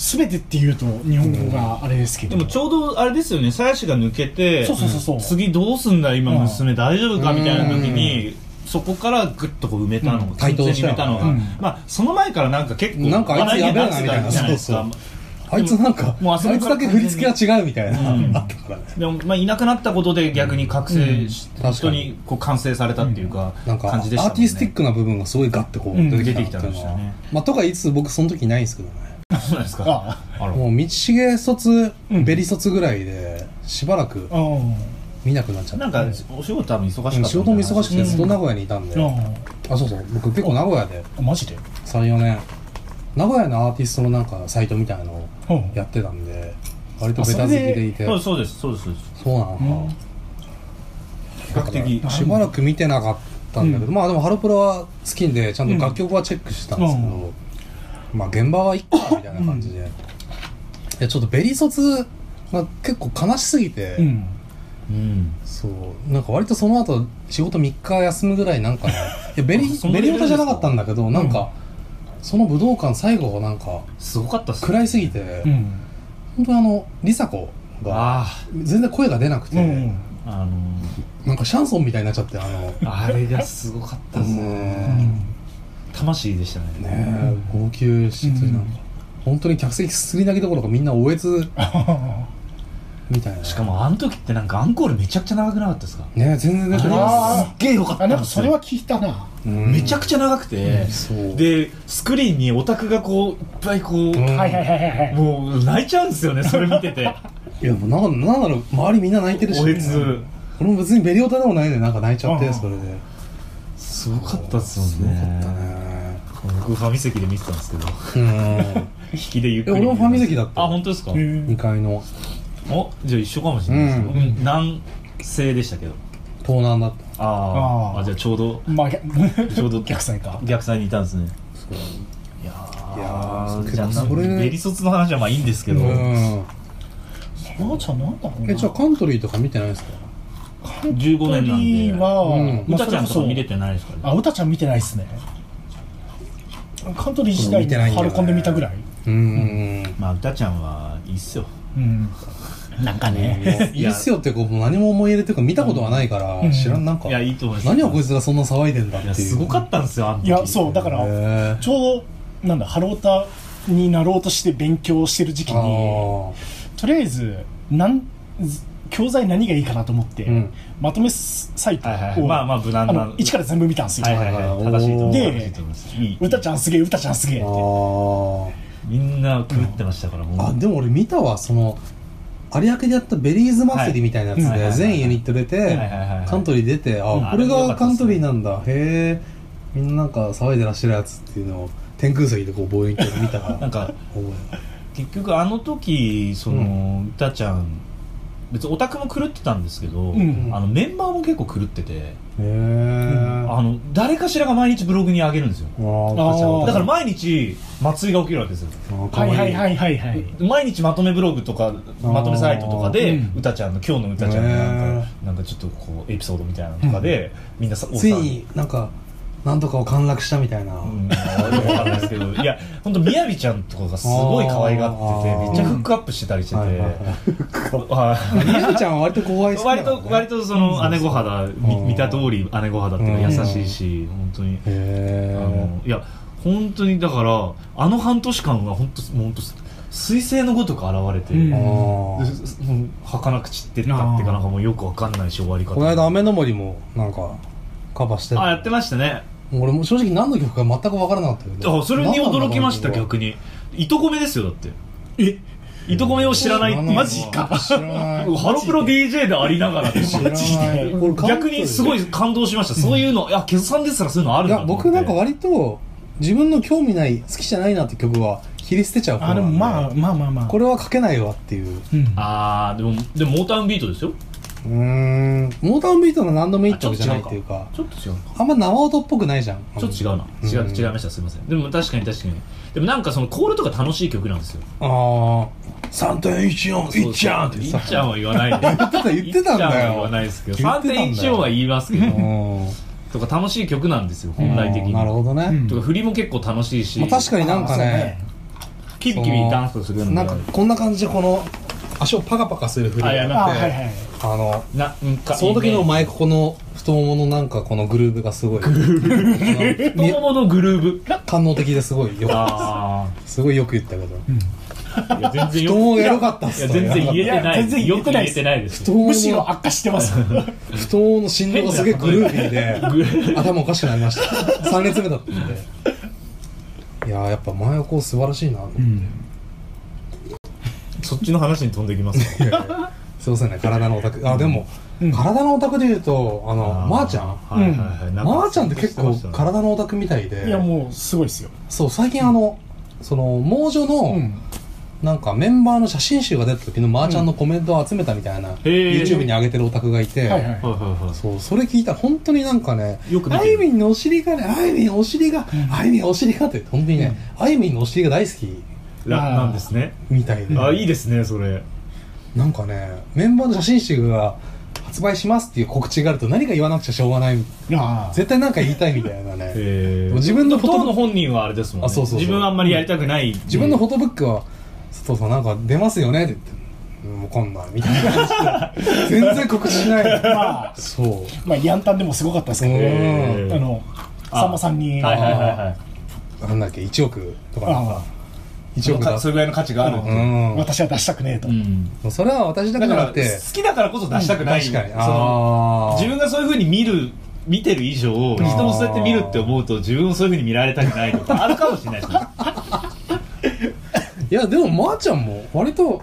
Speaker 2: 全てっていうと日本語があれですけ
Speaker 3: で
Speaker 2: ど、
Speaker 3: もちょうどあれですよね鞘師が抜けて
Speaker 2: そうそうそうそう
Speaker 3: 次どうすんだ今
Speaker 2: うん
Speaker 3: 娘大丈夫かみたいな時にそこからグッとこう埋めたの
Speaker 2: う
Speaker 3: を
Speaker 1: ん
Speaker 3: 完全に埋めたのが、
Speaker 2: うん
Speaker 3: まあその前からなんか結構
Speaker 1: なんかあいつやべえなみたいな
Speaker 3: 話題にってじゃないですか
Speaker 1: そうあいつなんか
Speaker 3: もう
Speaker 1: あ
Speaker 3: あそこ
Speaker 1: いつだけ振り付けが違うみたいな
Speaker 3: うん
Speaker 1: あったからね
Speaker 3: でも、まあ、いなくなったことで逆に覚醒し、
Speaker 1: うん
Speaker 3: 人にこう完成されたっていうか、
Speaker 1: なんかア
Speaker 3: 感じでしたもん、ね、
Speaker 1: ーティスティックな部分がすごいガッてこう
Speaker 2: うん
Speaker 1: 出てきたっていう
Speaker 3: 出てき
Speaker 1: の
Speaker 3: た
Speaker 1: は
Speaker 3: んですよね
Speaker 1: まあとか言いつつ僕その時いないんですけどね
Speaker 3: そうなんですか
Speaker 2: あ
Speaker 3: あら
Speaker 1: もう道重卒
Speaker 2: うん
Speaker 1: ベリ卒ぐらいでしばらく
Speaker 2: うん
Speaker 1: 見なくなっちゃった
Speaker 3: なんかお仕事多分忙しかった
Speaker 1: うん仕事も忙しくてずっと名
Speaker 3: な
Speaker 1: 古屋にいたんで
Speaker 2: う
Speaker 1: あそうそう僕結構名古屋で
Speaker 2: んマジで、
Speaker 1: 34年名古屋のアーティストのなんかサイトみたいなのを
Speaker 2: うん
Speaker 1: やってたんで割とベタ好きでいて
Speaker 3: そうですそうですそうですそうです
Speaker 1: そうなのか
Speaker 2: うん
Speaker 3: 比較的
Speaker 1: しばらく見てなかったんだけど、
Speaker 2: う
Speaker 1: まあでもハロプロは好きんでちゃんと楽曲はチェックしてたんですけど、まあ現場はいっかみたいな感じで、いやちょっとベリ卒が結構悲しすぎて、
Speaker 2: うん
Speaker 3: うん
Speaker 1: そうなんか割とその後仕事3日休むぐらいなんか
Speaker 3: [laughs]
Speaker 1: ねいやベリ
Speaker 3: あそんな
Speaker 1: ベ
Speaker 3: レ
Speaker 1: リオ
Speaker 3: ベル
Speaker 1: タじゃなかったんだけど、なんかその武道館最後がなんか
Speaker 3: すごかったっすね
Speaker 1: 暗いすぎて、
Speaker 2: うん
Speaker 1: 本当にあの梨紗子が
Speaker 3: あ
Speaker 1: 全然声が出なくて、
Speaker 2: うん
Speaker 3: ああの
Speaker 1: なんかシャンソンみたいになっちゃってあの。
Speaker 3: ーあれがすごかったっすね魂でしたね
Speaker 1: ねえ号泣して
Speaker 2: うん
Speaker 1: なんか、本当に客席すすり泣きどころかみんなおえつみたいな
Speaker 3: しかもあの時ってなんかアンコールめちゃくちゃ長くなかったですか
Speaker 1: ねえ全然出
Speaker 3: あ
Speaker 1: て
Speaker 3: れ
Speaker 1: な
Speaker 3: はすっげえよかった
Speaker 2: あ
Speaker 3: ん
Speaker 2: なん
Speaker 3: で
Speaker 2: か
Speaker 3: す
Speaker 2: そ
Speaker 3: よ
Speaker 2: れは聞いたな、
Speaker 1: い
Speaker 3: めちゃく
Speaker 1: ち
Speaker 3: ちゃ長くて
Speaker 1: そう
Speaker 3: でスクリーンにオタクがこういっぱいこ
Speaker 1: うん
Speaker 3: う
Speaker 2: はいはいはいはいはい
Speaker 3: もう泣いちゃうんですよねそれ見てて
Speaker 1: いやもうなんかなんだろう周りみんな泣いてるし
Speaker 3: おえつ
Speaker 1: 俺も別にベリオタでもないのになんか泣いちゃっ
Speaker 2: う
Speaker 1: て
Speaker 2: ん
Speaker 1: それです
Speaker 3: ごかったっすもん
Speaker 1: すごか
Speaker 3: ね
Speaker 1: ったね
Speaker 3: 僕ファミ席で見てたんですけど
Speaker 1: うん
Speaker 3: [laughs] 引きでゆっくり
Speaker 1: え俺もファミ席だった
Speaker 3: あ本当ですか、
Speaker 2: へ
Speaker 1: 2
Speaker 2: ー
Speaker 1: 階の
Speaker 3: おじゃあ一緒かもしれないですけど、
Speaker 2: うん
Speaker 3: 南西でしたけど
Speaker 1: 東南だった
Speaker 3: ああ
Speaker 2: あー
Speaker 3: あじゃあちょうど
Speaker 2: まあ、ち
Speaker 3: ちょうど
Speaker 2: 逆算か
Speaker 3: 逆サイにいたんですねいや
Speaker 1: いやー
Speaker 3: ーじゃあ
Speaker 1: そ
Speaker 3: そ
Speaker 1: れ
Speaker 3: れベリ卒の話はまあいいんですけど、
Speaker 1: うん
Speaker 2: まあちゃんなんだろうな
Speaker 1: えじゃあカントリーとか見てないですか
Speaker 3: 15年なんで
Speaker 2: は、
Speaker 1: うん
Speaker 2: まあ
Speaker 3: 歌ちゃん
Speaker 2: それこ
Speaker 3: とか
Speaker 2: そ
Speaker 3: 見れてないですから、
Speaker 2: あ、
Speaker 3: ね、
Speaker 2: うたちゃん見てないっすね。カントリー自体
Speaker 1: 見てないんだ
Speaker 2: ハ
Speaker 1: よね
Speaker 2: ルコンで見たぐらい。
Speaker 1: うん
Speaker 3: まあ歌ちゃんはいいっすよ
Speaker 2: うん。なんかね。
Speaker 1: いいっすよってこうもう何も思い入れというか見たことはないから、
Speaker 2: うん
Speaker 1: 知らんなんか
Speaker 3: いやいいと思います
Speaker 1: 何をこいつがそんな騒いでんだっ
Speaker 3: い
Speaker 1: てい
Speaker 3: や
Speaker 1: う
Speaker 3: すごかったんですよあの時
Speaker 2: いや、そう、だか
Speaker 1: へ
Speaker 2: ら、
Speaker 1: ー
Speaker 2: ちょうど、なんだ、ハロータになろうとして勉強してる時期
Speaker 1: あ
Speaker 2: に
Speaker 1: ー
Speaker 2: とりあえずなんず教材何がいいかなと思って、
Speaker 1: うん
Speaker 2: まとめサイトを、
Speaker 3: はいはいまあまあ無難
Speaker 2: あ
Speaker 3: な
Speaker 2: の一から全部見たんですよ、
Speaker 3: はいはいはい正しいと思う
Speaker 2: で
Speaker 3: 正しいと思いますいい
Speaker 2: 歌ちゃんすげえ歌ちゃんすげえって
Speaker 1: あ
Speaker 3: みんな狂ってましたからもう
Speaker 1: ーあでも俺見たわその有明でやったベリーズ祭りみたいなやつ
Speaker 3: はい
Speaker 1: で全ユニット出
Speaker 3: はい
Speaker 1: て
Speaker 3: はいはいはい
Speaker 1: カントリー出て
Speaker 3: うん
Speaker 1: あこれ
Speaker 3: あれも良か
Speaker 1: が
Speaker 3: った
Speaker 1: カ
Speaker 3: っすね
Speaker 1: ントリーなんだへえみんななんか騒いでらっしゃるやつっていうのを天空席でこう望遠鏡で見たから
Speaker 3: [laughs] なんか
Speaker 1: 覚
Speaker 3: 結局あの時その歌ちゃん別にオタクも狂ってたんですけど
Speaker 2: うん
Speaker 3: あのメンバーも結構狂ってて
Speaker 1: えへえ
Speaker 3: あの誰かしらが毎日ブログに上げるんですよ
Speaker 2: あー
Speaker 3: だから毎日祭りが起きるわけですよ
Speaker 2: はいはいはいいはいはい
Speaker 3: 毎日まとめブログとかまとめサイトとか
Speaker 2: あ
Speaker 3: で
Speaker 2: ーうん
Speaker 3: 歌ちゃんの今日の歌ちゃんのなん
Speaker 1: へ
Speaker 3: かなんかちょっとこうエピソードみたいなのとかでみんなさ大
Speaker 1: つい
Speaker 3: 騒ぎ
Speaker 1: になんかなんとかを陥落したみたいな、
Speaker 3: うん、わかんないですけ [laughs] どいや本当みやびちゃんとかがすごい可愛がってて
Speaker 1: あー
Speaker 3: めっちゃフックアップしてたりしてて、
Speaker 1: はい
Speaker 3: [laughs]
Speaker 1: はい
Speaker 3: はい
Speaker 1: みやびちゃんは割と後輩好きだ
Speaker 3: [laughs] 割
Speaker 1: から
Speaker 3: と割とその姉御肌み見た通り姉御肌っていうか優しいし本当に
Speaker 1: へ
Speaker 3: あ
Speaker 1: え
Speaker 3: のいや本当にだからあの半年間は本当もう本当彗星のごとく現れて、
Speaker 2: うん
Speaker 3: で
Speaker 1: あー
Speaker 3: もう儚く散ってったっていうかなんかもうよくわかんないし終わり方
Speaker 1: この間雨の森もなんかカバーしてた
Speaker 3: あやってましたね
Speaker 1: 俺も正直何の曲か全く分からなかったけど
Speaker 3: あそれに驚きました
Speaker 1: 何なんだろう
Speaker 3: 逆にいとこめですよだって
Speaker 2: え
Speaker 3: いとこめを知らないっていう
Speaker 2: マジか
Speaker 1: 知らない
Speaker 3: ハロプロ DJ でありながらって
Speaker 1: 知らない俺
Speaker 3: 逆にすごい感動しましたそういうのいやケズさんですらそういうのある
Speaker 1: い
Speaker 3: んだ
Speaker 1: や
Speaker 3: と思って
Speaker 1: 僕なんか割と自分の興味ない好きじゃないなって曲は切り捨てちゃう方
Speaker 2: あでもま
Speaker 1: な
Speaker 2: あ
Speaker 1: んで
Speaker 2: まあまあまあ
Speaker 1: これは書けないわっていう
Speaker 2: うん
Speaker 3: ああでもでもモータウンビートですよ
Speaker 1: うーんモータウンビートの何度もいいってわけじゃないっていうか
Speaker 3: ちょっと違うか
Speaker 1: あんま生音っぽくないじゃん
Speaker 3: ちょっと違うな
Speaker 1: うん
Speaker 3: 違う違いましたすいませんでも確かに確かにでもなんかそのコールとか楽しい曲なんですよ
Speaker 1: ああ3.14いっちゃんって
Speaker 3: い
Speaker 1: さ
Speaker 3: っちゃんは言わないで
Speaker 1: 言ってた [laughs] 言ってたん
Speaker 3: いっち
Speaker 1: だ
Speaker 3: ゃんは言わ
Speaker 1: よ
Speaker 3: ないですけど
Speaker 1: 言ってたんだよ
Speaker 3: 3.14は言いますけど
Speaker 1: うん
Speaker 3: とか楽しい曲なんですよ本来的に
Speaker 1: なるほどね、
Speaker 2: うん
Speaker 3: とか振りも結構楽しいし
Speaker 1: まあ、確かになんかね
Speaker 3: キビキビダンスするんで
Speaker 1: なんかこんな感じでこの足をパカパカする振りが
Speaker 3: あいや
Speaker 2: あ
Speaker 3: な
Speaker 1: あっ
Speaker 2: はい
Speaker 1: て
Speaker 2: は
Speaker 1: あ,、
Speaker 2: いはい
Speaker 1: の
Speaker 3: なうんか
Speaker 1: その時のお前ここの太もものなんかこのグルーヴがすごい
Speaker 3: [laughs]
Speaker 1: グルー
Speaker 3: 太もものグル
Speaker 1: [laughs]
Speaker 3: ーヴ
Speaker 1: 感能的ですごいよ
Speaker 3: あ
Speaker 1: すごいよく言ったけど
Speaker 3: あいや全然
Speaker 1: 太
Speaker 3: よ
Speaker 1: ももが良
Speaker 3: い
Speaker 1: かったっす
Speaker 3: や全然言えて
Speaker 2: いや
Speaker 3: ない
Speaker 2: 全然言えてない
Speaker 3: よく言えてないです
Speaker 1: 太もも
Speaker 2: むしろ
Speaker 1: の
Speaker 2: 悪化してます
Speaker 1: 太ももの振動がすげえグルービー
Speaker 3: グル
Speaker 1: で頭おかしくなりました3列目だったんでいやーやっぱ真横素晴らしいなと思って、
Speaker 3: そっちの話に飛んできます
Speaker 1: いやいやすいませんね体のオタクあでも、体のオタクでいうとあのまー、ちゃん
Speaker 3: はいはいはい、なか
Speaker 1: まー、ちゃんって結構
Speaker 3: そうしてましたね
Speaker 1: 体のオタクみたいで
Speaker 2: [laughs] いやもうすごいですよ
Speaker 1: そう最近あの、その猛女の、
Speaker 2: うん
Speaker 1: なんかメンバーの写真集が出た時のまーちゃんのコメントを集めたみたいな、
Speaker 3: ー
Speaker 1: YouTube に上げてるオタクがいて、
Speaker 2: はいはい
Speaker 3: はいはいはい
Speaker 1: そうそれ聞いたら本当になんかね
Speaker 3: よく見て
Speaker 1: あ
Speaker 3: る
Speaker 1: いみんのお尻がねあいみんお尻が、あいみんお尻がって本当にね、あいみんのお尻が大好き
Speaker 3: ら
Speaker 2: あー
Speaker 3: なんですね、
Speaker 1: みたいで、
Speaker 3: あいいですねそれ
Speaker 1: なんかねメンバーの写真集が発売しますっていう告知があると何か言わなくちゃしょうがない
Speaker 2: あ
Speaker 1: 絶対何か言いたいみたいなね
Speaker 3: え
Speaker 1: もう自分のフォト
Speaker 3: 当の本人はあれですもんね
Speaker 1: あそうそうそう
Speaker 3: 自分はあんまりやりたくない、
Speaker 1: 自分のフォトブックは「佐藤さんなんか出ますよね」って言って「うんわかんない」みたいな感じで全然告知しない
Speaker 3: [laughs]
Speaker 2: あまあ
Speaker 1: そう
Speaker 2: まあヤンタンでもすごかったですけ
Speaker 1: う
Speaker 2: ど
Speaker 1: ん
Speaker 2: あのさんまさんに
Speaker 3: はいはいはいはい
Speaker 1: なんだっけ1億とかなんか
Speaker 2: あ
Speaker 1: 1億だ
Speaker 3: それぐらいの価値があるって
Speaker 1: う
Speaker 3: い
Speaker 2: あ
Speaker 1: んも
Speaker 2: 私は出したくねえと
Speaker 3: うん
Speaker 1: うそれは私だけ
Speaker 3: だ
Speaker 1: じ
Speaker 3: か
Speaker 1: ゃ
Speaker 3: ら
Speaker 1: な
Speaker 3: 好
Speaker 1: くて
Speaker 3: きだからこそ出したくない、
Speaker 1: 確かに
Speaker 3: その
Speaker 1: あー
Speaker 3: 自分がそういうふうに見る見てる以上人もそうやって見るって思うと自分もそういうふうに見られたくないと
Speaker 1: [laughs]
Speaker 3: かあるかもしれないですね
Speaker 1: いやでもまーちゃんも割と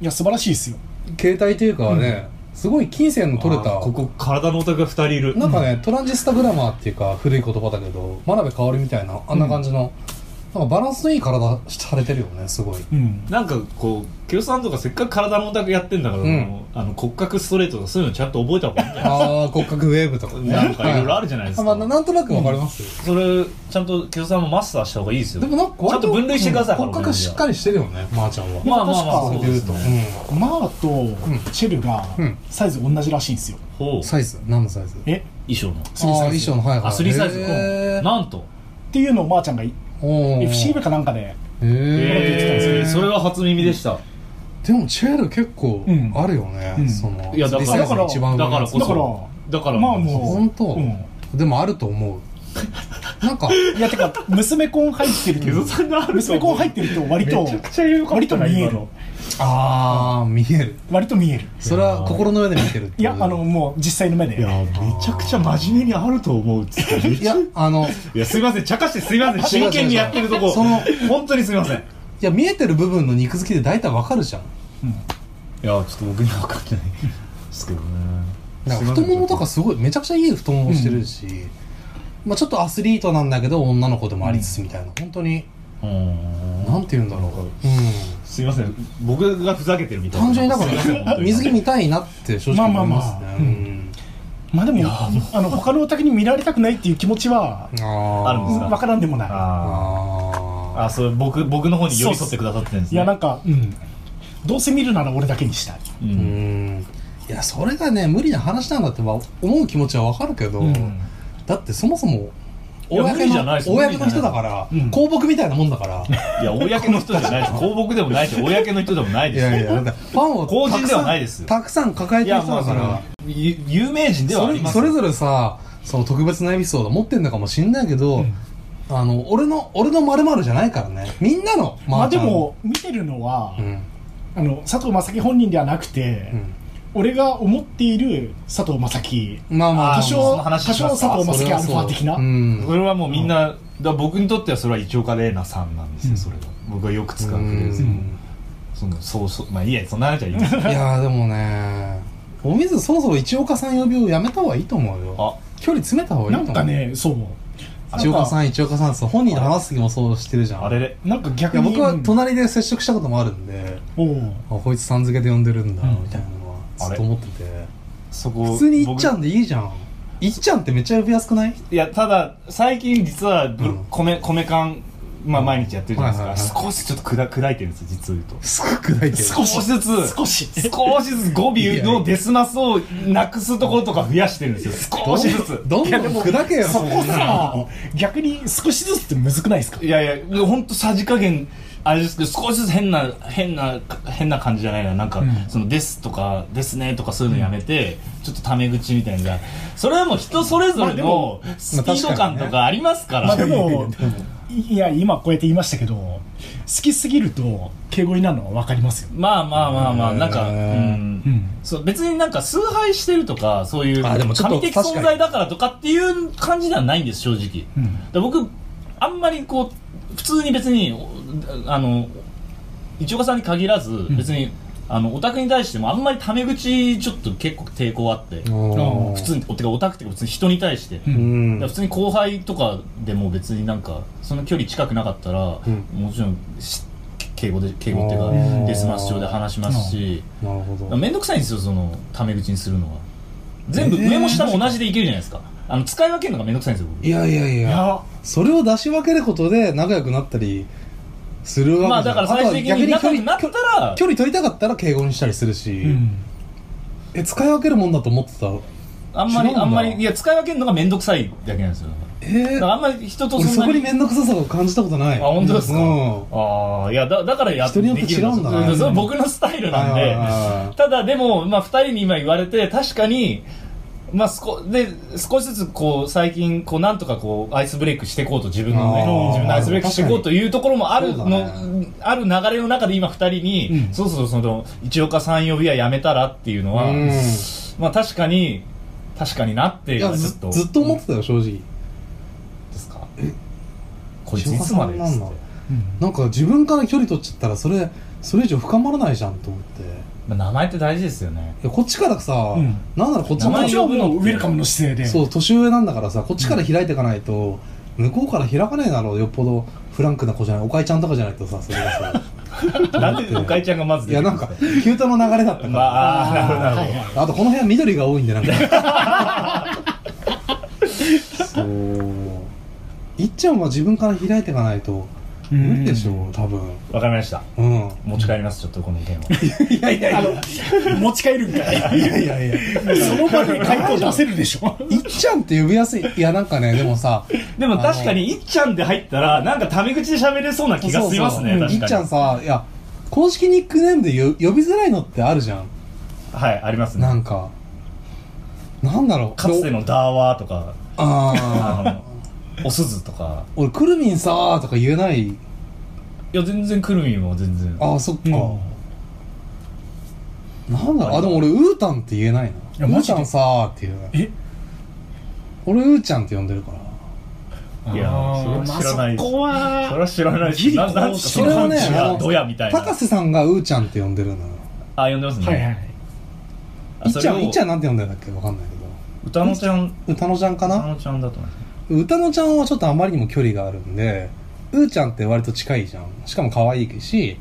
Speaker 2: いや素晴らしいですよ
Speaker 1: 携帯というかねすごい金銭の取れ
Speaker 3: あ
Speaker 1: た
Speaker 3: ーここ体のオタクが2人いる
Speaker 1: なんかねトランジスタグラマーっていうか古い言葉だけど真鍋かおりみたいなあんな感じのなんかバランスのいい体されてるよねすごい
Speaker 2: うん
Speaker 3: なんかこう清さんとかせっかく体のオタクやってんだから、
Speaker 1: うん
Speaker 3: あの骨格ストレートとかそういうのちゃんと覚えた方がいいんじゃない
Speaker 1: ああ骨格ウェーブとかね
Speaker 3: [laughs] なんかいろいろあるじゃないですか
Speaker 1: まあなんとなくわかりますよ
Speaker 3: それちゃんと清さんもマスターした方がいいですよ
Speaker 1: でもなんか
Speaker 3: ちゃんと分類してください
Speaker 1: 骨格しっかりしてるよねまーちゃんは
Speaker 3: まあまあまあ
Speaker 1: そ
Speaker 3: そううで
Speaker 1: 言う
Speaker 3: す
Speaker 1: と
Speaker 3: ね
Speaker 2: マーとチェルが
Speaker 1: うん
Speaker 2: サイズ同じらしいんですよ
Speaker 3: ほ
Speaker 1: う
Speaker 3: うん
Speaker 1: サイズ何のサイズ
Speaker 2: え
Speaker 3: 衣装の
Speaker 2: スリー
Speaker 1: あ
Speaker 2: サ
Speaker 1: あ
Speaker 2: イズ
Speaker 1: 衣装のはいはい
Speaker 3: あスリーサイズ
Speaker 1: へー
Speaker 3: なんと
Speaker 2: っていうのをマーちゃんがい
Speaker 1: おー
Speaker 2: FCB かなんかで
Speaker 1: へ
Speaker 3: え
Speaker 1: え
Speaker 3: ー、それは初耳でした、
Speaker 1: でもチェール結構
Speaker 2: うん
Speaker 1: あるよね、
Speaker 2: うん
Speaker 1: その
Speaker 3: いやだから
Speaker 1: スリーサイズの一番上のやつ
Speaker 3: だからこ
Speaker 2: だから
Speaker 3: そだから
Speaker 2: まあもう
Speaker 1: 本当、
Speaker 2: うん
Speaker 3: [laughs]
Speaker 1: でもあると思うなんか
Speaker 2: いやてか娘コン入ってるけど
Speaker 3: [laughs] さんのあ
Speaker 2: 娘コン入ってる人割と
Speaker 3: めちゃくちゃ言う
Speaker 2: 割と見える
Speaker 1: ああ見える
Speaker 2: 割と見える
Speaker 1: それは心の上で見てるって
Speaker 2: い
Speaker 1: い
Speaker 2: やあのもう実際の目
Speaker 4: いや
Speaker 2: で
Speaker 4: めちゃくちゃ真面目にあると
Speaker 3: [laughs]
Speaker 4: 思うっつってめ
Speaker 1: い
Speaker 4: ち
Speaker 1: や
Speaker 4: ゃ
Speaker 1: あのい
Speaker 4: いやすいません茶化してすいません真剣にやってるとこ
Speaker 1: その
Speaker 4: 本当にすいませんい
Speaker 1: や見えてる部分の肉付きで大体わかるじゃん
Speaker 4: やちょっと僕には分かんない
Speaker 3: ですけどね
Speaker 1: なんか太ももとかすごいめちゃくちゃいい太ももしてるし、まあ、ちょっとアスリートなんだけど女の子でもありつつみたいな、本当に
Speaker 3: うん
Speaker 1: なんて言うんだろう、うん、
Speaker 3: すいません僕がふざけてるみたいな
Speaker 1: 単純にだか
Speaker 3: すいませ [laughs]
Speaker 1: ら
Speaker 3: ん
Speaker 1: 水着見たいなって正直思いますね、
Speaker 2: まあまあまあ
Speaker 1: うん
Speaker 2: まあでもあの他のお宅に見られたくないっていう気持ちは
Speaker 1: あー
Speaker 3: あるんですか
Speaker 2: わからんでもない
Speaker 3: あ
Speaker 1: あ
Speaker 3: ー
Speaker 1: ー
Speaker 3: あそれ僕僕の方に寄り添ってくださってるんです
Speaker 2: い
Speaker 3: ね
Speaker 2: やなんかうんどうせ見るなら俺だけにしたい
Speaker 3: うん
Speaker 1: うんいやそれがね無理な話なんだっては思う気持ちはわかるけど、
Speaker 2: うん
Speaker 1: だってそもそも
Speaker 3: いや
Speaker 1: 公の
Speaker 3: 無理じゃないです
Speaker 1: 公の人だから、
Speaker 2: 無理じゃないうん
Speaker 1: 公僕みたいなもんだから
Speaker 3: いや公の人じゃないです公僕でもないし公の人でもない
Speaker 1: い
Speaker 3: です
Speaker 1: やいやだってファンを
Speaker 3: 公人で
Speaker 1: たくさ
Speaker 3: は
Speaker 1: ん
Speaker 3: ないですよ
Speaker 1: たくさん抱え
Speaker 3: い
Speaker 1: てる
Speaker 3: や
Speaker 1: 人
Speaker 3: ま
Speaker 1: だ
Speaker 3: あ
Speaker 1: か
Speaker 3: そ
Speaker 1: ら
Speaker 3: のゆ有名人ではあ
Speaker 1: そ
Speaker 3: り
Speaker 1: れ
Speaker 3: ます
Speaker 1: それぞれさその特別なエピソード持ってんのかもしんないけど、あの俺の俺の〇〇じゃないからねみんなの
Speaker 2: まあで
Speaker 1: ちゃん
Speaker 2: も見てるのは
Speaker 1: うん
Speaker 2: あの佐藤正樹本人ではなくて
Speaker 1: うん
Speaker 2: 俺が思っている佐藤正樹
Speaker 1: まあまあ
Speaker 2: 多
Speaker 3: そ
Speaker 2: 少
Speaker 3: の
Speaker 2: 多
Speaker 3: 話します
Speaker 2: 少
Speaker 3: か
Speaker 2: 佐藤正樹アルファ的な
Speaker 1: うん
Speaker 3: それはもうみんな、だから僕にとってはそれは一岡玲奈さんなんですよ、それは僕がよく使うフレーズ、
Speaker 1: うん
Speaker 3: そのそうそうまあいいやそんな話はいいんですよ
Speaker 1: いやーでもねお水そろそろ一岡さん呼びをやめた方がいいと思うよ
Speaker 3: あ
Speaker 1: 距離詰めた方がいい
Speaker 2: な
Speaker 1: と思うん
Speaker 2: かねそう
Speaker 1: 一岡さ
Speaker 2: なん
Speaker 1: ん
Speaker 2: か
Speaker 1: 一岡さんって本人と話す時もそうしてるじゃん
Speaker 3: あれれ
Speaker 2: なんか
Speaker 1: い
Speaker 2: 逆
Speaker 1: や
Speaker 2: に
Speaker 1: 僕は
Speaker 2: うん
Speaker 1: 隣で接触したこともあるんで、
Speaker 2: おう
Speaker 1: あこいつさん付けで呼んでるんだ
Speaker 2: うん
Speaker 1: みたいなのは
Speaker 3: あれ
Speaker 1: ずっと思ってて
Speaker 3: そこ
Speaker 1: 普通にいっちゃんでいいじゃんいっちゃんってめっちゃ呼びやすくない
Speaker 3: 僕いやただ最近実はブロ
Speaker 1: うん
Speaker 3: 米米缶まあ毎日やってるじゃない
Speaker 1: はい
Speaker 3: ですか、
Speaker 1: はいはい
Speaker 3: 少しちょっと砕砕いてるんですよ実を言うと
Speaker 1: すごくないけど
Speaker 2: 少し
Speaker 3: 少しずつ
Speaker 2: 少し
Speaker 3: 少しずつ語尾のデスマスをなくすところとか増やしてるんですよ少しずつ
Speaker 1: どんどん砕けよ
Speaker 2: そこさ逆に少しずつってむずくないですか
Speaker 3: いやいや、ほんとさじ加減、あれですけど、少しずつ変な、変な、変な感じじゃないな。なんか、
Speaker 2: ん
Speaker 3: その、ですとか、ですねとかそういうのやめて、ちょっとタメ口みたいな。それはもう人それぞれのスピード感とかありますか
Speaker 2: [laughs]
Speaker 3: ら。
Speaker 2: まあでもいや今こうやって言いましたけど好きすぎると敬語になるのは分かりますよ、
Speaker 3: [laughs] まあまあまあまあ、なんか、う。
Speaker 2: うんん、
Speaker 3: そう別になんか崇拝してるとかそういう
Speaker 1: あでもちょっと
Speaker 3: 神的存在だからとかっていう感じではないんです正直、
Speaker 2: うん
Speaker 3: だから僕あんまりこう普通に別におあの一岡さんに限らず別に、あのオタクに対してもあんまりタメ口ちょっと結構抵抗あって
Speaker 1: おー
Speaker 3: 普通におてかオタクっていうか普通に人に対して、
Speaker 2: ん
Speaker 1: うん
Speaker 3: だから普通に後輩とかでも別になんかその距離近くなかったら、
Speaker 1: うん
Speaker 3: もちろんし敬語で敬語っていう
Speaker 1: あ
Speaker 3: か
Speaker 1: ー
Speaker 3: デスマス調で話しますし、
Speaker 1: なるほど
Speaker 3: めんどくさいんですよそのタメ口にするのは全部
Speaker 1: えー
Speaker 3: 上も下も同じでいけるじゃないですか、あの使い分けるのがめんどくさいんですよ僕
Speaker 1: いやいやい
Speaker 2: い
Speaker 1: や
Speaker 2: や
Speaker 1: それを出し分けることで仲良くなったりするわけじゃん
Speaker 3: まあだから最終的に
Speaker 1: あと
Speaker 3: 仲
Speaker 1: は
Speaker 3: 良くなった
Speaker 1: 距離
Speaker 3: ら
Speaker 1: 距離取りたかったら敬語にしたりするし、え使い分けるもんだと思ってた
Speaker 3: あんま
Speaker 1: 違う
Speaker 3: り
Speaker 1: んだ
Speaker 3: あんまりいや使い分けるのがめんどくさいだけなんですよ
Speaker 1: え
Speaker 3: だ
Speaker 1: ー
Speaker 3: からあんまり人と
Speaker 1: 俺そ
Speaker 3: ん
Speaker 1: こ
Speaker 3: な
Speaker 1: に面倒くささを感じたことない
Speaker 3: あ本当ですか、
Speaker 1: うん
Speaker 3: ああいやだだからや
Speaker 1: 人によって違うんだな
Speaker 3: できるですそれ僕のスタイルなん
Speaker 1: はいはいは
Speaker 3: で
Speaker 1: いはい
Speaker 3: ただでも、まあ、2人に今言われて確かに、まあ、少で少しずつこう最近こうなんとかこうアイスブレイクしていこうと自分のね
Speaker 1: あー
Speaker 3: 自分のアイスブレイクしていこうというところもあるの、
Speaker 1: 確かに
Speaker 3: ある流れの中で今2人に、
Speaker 2: うん
Speaker 3: そろそろその一岡さん呼びはやめたらっていうのは、
Speaker 1: うん
Speaker 3: まあ、確かに確かになって
Speaker 1: い
Speaker 3: ちょ
Speaker 1: や
Speaker 3: っ
Speaker 1: ず
Speaker 3: と
Speaker 1: ずっと思ってたよ正直
Speaker 3: ですかこいついつまでで
Speaker 1: 塩川さんな
Speaker 3: すって
Speaker 1: んだなんか自分から距離取っちゃったらそれそれ以上深まらないじゃんと思ってい
Speaker 3: まあ名前って大事ですよね
Speaker 1: やこっちからさ、
Speaker 2: うん
Speaker 1: なんならこっち
Speaker 3: 名
Speaker 2: こ
Speaker 1: か
Speaker 2: っ
Speaker 3: 前
Speaker 2: ちはもうウェルカムの姿勢
Speaker 1: ら
Speaker 2: で
Speaker 1: そう年上なんだからさこっちから開いていかないと、向こうから開かねえだろうよっぽどフランクな子じゃないおかえちゃんとかじゃないとさそれが
Speaker 3: [laughs]
Speaker 1: さ
Speaker 3: なんでおかえちゃんがまず
Speaker 1: い
Speaker 3: 出て
Speaker 1: や
Speaker 3: く
Speaker 1: な
Speaker 3: る
Speaker 1: んかキュートの流れだったから、
Speaker 3: まああーなるほどなるほど
Speaker 2: はいはい
Speaker 1: あとこの部屋緑が多いんでなんか
Speaker 3: [laughs]
Speaker 1: そういっちゃんは自分から開いていかないと無理でしょう多分
Speaker 3: わかりました
Speaker 1: うん
Speaker 3: 持ち帰りますちょっとこの件 [laughs] は
Speaker 1: いやいやいや
Speaker 2: 持ち帰るんかい
Speaker 1: いやいやいや
Speaker 2: その場で回答出せるでしょ
Speaker 1: いっちゃんって呼びやすいいやなんかねでもさ
Speaker 3: でも確かにいっちゃんで入ったらなんかタメ口で喋れそうな気がしますね
Speaker 1: そうそうい
Speaker 3: 確か
Speaker 1: っ
Speaker 3: に
Speaker 1: ちゃんさいや公式ニックネームでよ呼びづらいのってあるじゃん
Speaker 3: はいあります
Speaker 1: な
Speaker 3: ね
Speaker 1: んかなんだろう
Speaker 3: かつてのダーワーとか [laughs]
Speaker 1: あ
Speaker 3: あのおすずとか
Speaker 1: 俺くるみんさーとか言えない
Speaker 3: いや全然くるみも全然
Speaker 1: ああそっか、
Speaker 2: うん
Speaker 1: なんだろうあでも俺うーたんって言えないな
Speaker 2: や
Speaker 1: う
Speaker 2: マ
Speaker 1: ー
Speaker 2: ジで
Speaker 1: ちゃんさーって言えない
Speaker 2: え
Speaker 1: 俺うーちゃんって呼んでるから
Speaker 3: いや
Speaker 2: あー
Speaker 3: それは知らな
Speaker 2: ま
Speaker 3: い
Speaker 2: あそこ
Speaker 3: そ
Speaker 2: は
Speaker 3: れは知らない
Speaker 2: ギ
Speaker 3: し
Speaker 2: リ
Speaker 3: ななん
Speaker 2: こう
Speaker 3: つうか
Speaker 2: そ
Speaker 3: そ
Speaker 2: れ
Speaker 1: は
Speaker 3: の
Speaker 1: ね
Speaker 3: ね
Speaker 1: あの
Speaker 3: ドヤみたいな
Speaker 1: 高瀬さんがうーちゃんって呼んでるのよ
Speaker 3: あ呼んでますね
Speaker 2: はいはい
Speaker 3: あ
Speaker 1: いっちゃ
Speaker 3: そ
Speaker 1: ん
Speaker 3: れを
Speaker 1: いっちゃんなんて呼んでるんだっけわかんないけど
Speaker 3: 歌のちゃん
Speaker 1: 歌のちゃんか
Speaker 3: 歌
Speaker 1: な
Speaker 3: のちゃんだと思います
Speaker 1: 歌のちゃんはちょっとあまりにも距離があるんでうーちゃんって割と近いじゃんしかも可愛いし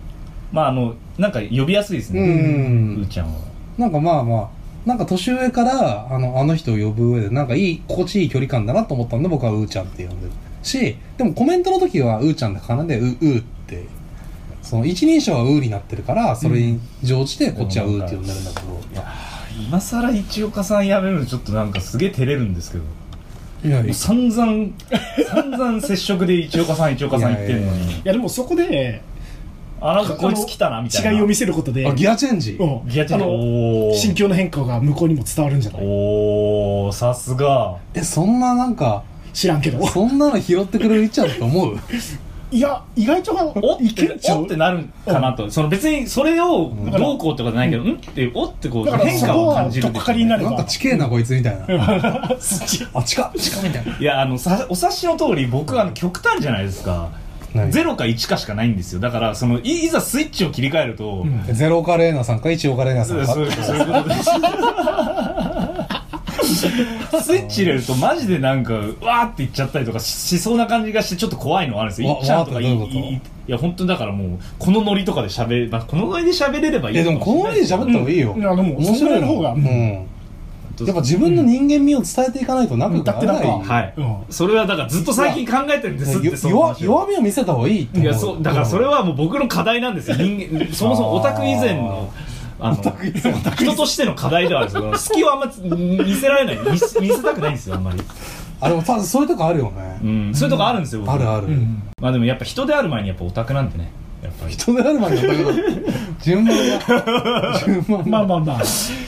Speaker 3: まああのなんか呼びやすいです
Speaker 1: うん
Speaker 3: ね
Speaker 1: うんう
Speaker 3: うんーちゃんは
Speaker 1: なんかまあまあなんか年上からあのあの人を呼ぶ上でなんかいい心地いい距離感だなと思ったんで僕はうーちゃんって呼んでるしでもコメントの時はうーちゃんで書かないでううーってその一人称はうーになってるからそれに乗じてこっちはうーって呼んでるんだけど、
Speaker 3: 今さら一岡さんやめるのちょっとなんかすげえ照れるんですけども
Speaker 1: いやいうや
Speaker 3: 散々散々接触で一岡さん一岡さん言ってんの
Speaker 1: いやい
Speaker 3: に
Speaker 2: いやでもそこで
Speaker 3: あなんかこいつ来たなみたいな
Speaker 2: 違いを見せることで
Speaker 1: あギアチェンジ、
Speaker 2: うん
Speaker 3: ギアチェンジ
Speaker 2: あの
Speaker 3: おー
Speaker 2: 心境の変化が向こうにも伝わるんじゃない
Speaker 3: おおさすが
Speaker 1: えそんななんか
Speaker 2: 知らんけど
Speaker 1: そんなの拾ってくれるいっちゃんと思う
Speaker 2: いや意外と
Speaker 3: おっ
Speaker 2: いけ
Speaker 3: て
Speaker 2: んちゃ
Speaker 3: お
Speaker 2: う
Speaker 3: ってなるかなとその別にそれを
Speaker 1: ん
Speaker 3: どうこうってことじゃないけどんっておってこう
Speaker 2: だから
Speaker 3: 変
Speaker 2: そ
Speaker 3: 化
Speaker 2: こ
Speaker 3: を
Speaker 2: は
Speaker 3: 感じ
Speaker 2: と
Speaker 3: る
Speaker 2: っかかりになれ
Speaker 1: なんか
Speaker 2: ば
Speaker 1: ちけえなこいつみたいな
Speaker 2: そっち
Speaker 1: あ近っ近っみたいない
Speaker 3: やあのさお察しの通り僕はあの極端じゃないですか
Speaker 1: 何
Speaker 3: ゼロか1かしかないんですよだからそのいいざスイッチを切り替えると、
Speaker 2: ん
Speaker 1: ゼロカレーナさんか一オカレーナさ
Speaker 3: そ
Speaker 1: ん
Speaker 3: う
Speaker 1: か
Speaker 3: そうそういうことですスイッチ入れるとマジでなんかうわーっていっちゃったりとかししそうな感じがしてちょっと怖いのはあるんですよ
Speaker 1: わ
Speaker 3: いっちゃうとかいい
Speaker 1: わーってどういうこと
Speaker 3: いいや本当にだからもうこのノリとかで喋る、まあ、このノリで喋れればいい
Speaker 1: えでもこの前で
Speaker 3: ゃべ
Speaker 1: 喋った方がいいよ、
Speaker 2: うんいやでも
Speaker 1: 面
Speaker 2: そんぐ
Speaker 1: 白
Speaker 2: ら
Speaker 1: い
Speaker 2: いの方が
Speaker 1: うん、やっぱ自分の人間味を伝えていかないと仲良く
Speaker 2: だって
Speaker 1: な
Speaker 2: なん
Speaker 1: ら
Speaker 2: か
Speaker 1: ない、
Speaker 3: はい、
Speaker 2: うん
Speaker 3: それはだからずっと最近考えてるんですって
Speaker 1: よ
Speaker 3: その
Speaker 1: 弱
Speaker 3: 話を
Speaker 1: 弱みを見せた方がいいって
Speaker 3: い
Speaker 1: 思う
Speaker 3: やそうだからそれはもう僕の課題なんですよ人
Speaker 1: [laughs]
Speaker 3: 間そもそもオタク以前のあの人としての課題ではあるんですけど隙をあんま [laughs] 見せられない見せ見せたくないんですよあんまり、
Speaker 1: あでもさそういうとこあるよね、
Speaker 3: うん、そういうとこあるんですよ僕
Speaker 1: あるある、
Speaker 2: うん
Speaker 3: まあでもやっぱ人である前にやっぱオタクなんてねやっぱり
Speaker 1: 人である前にやったけど順番が順番が
Speaker 2: まあまあまあ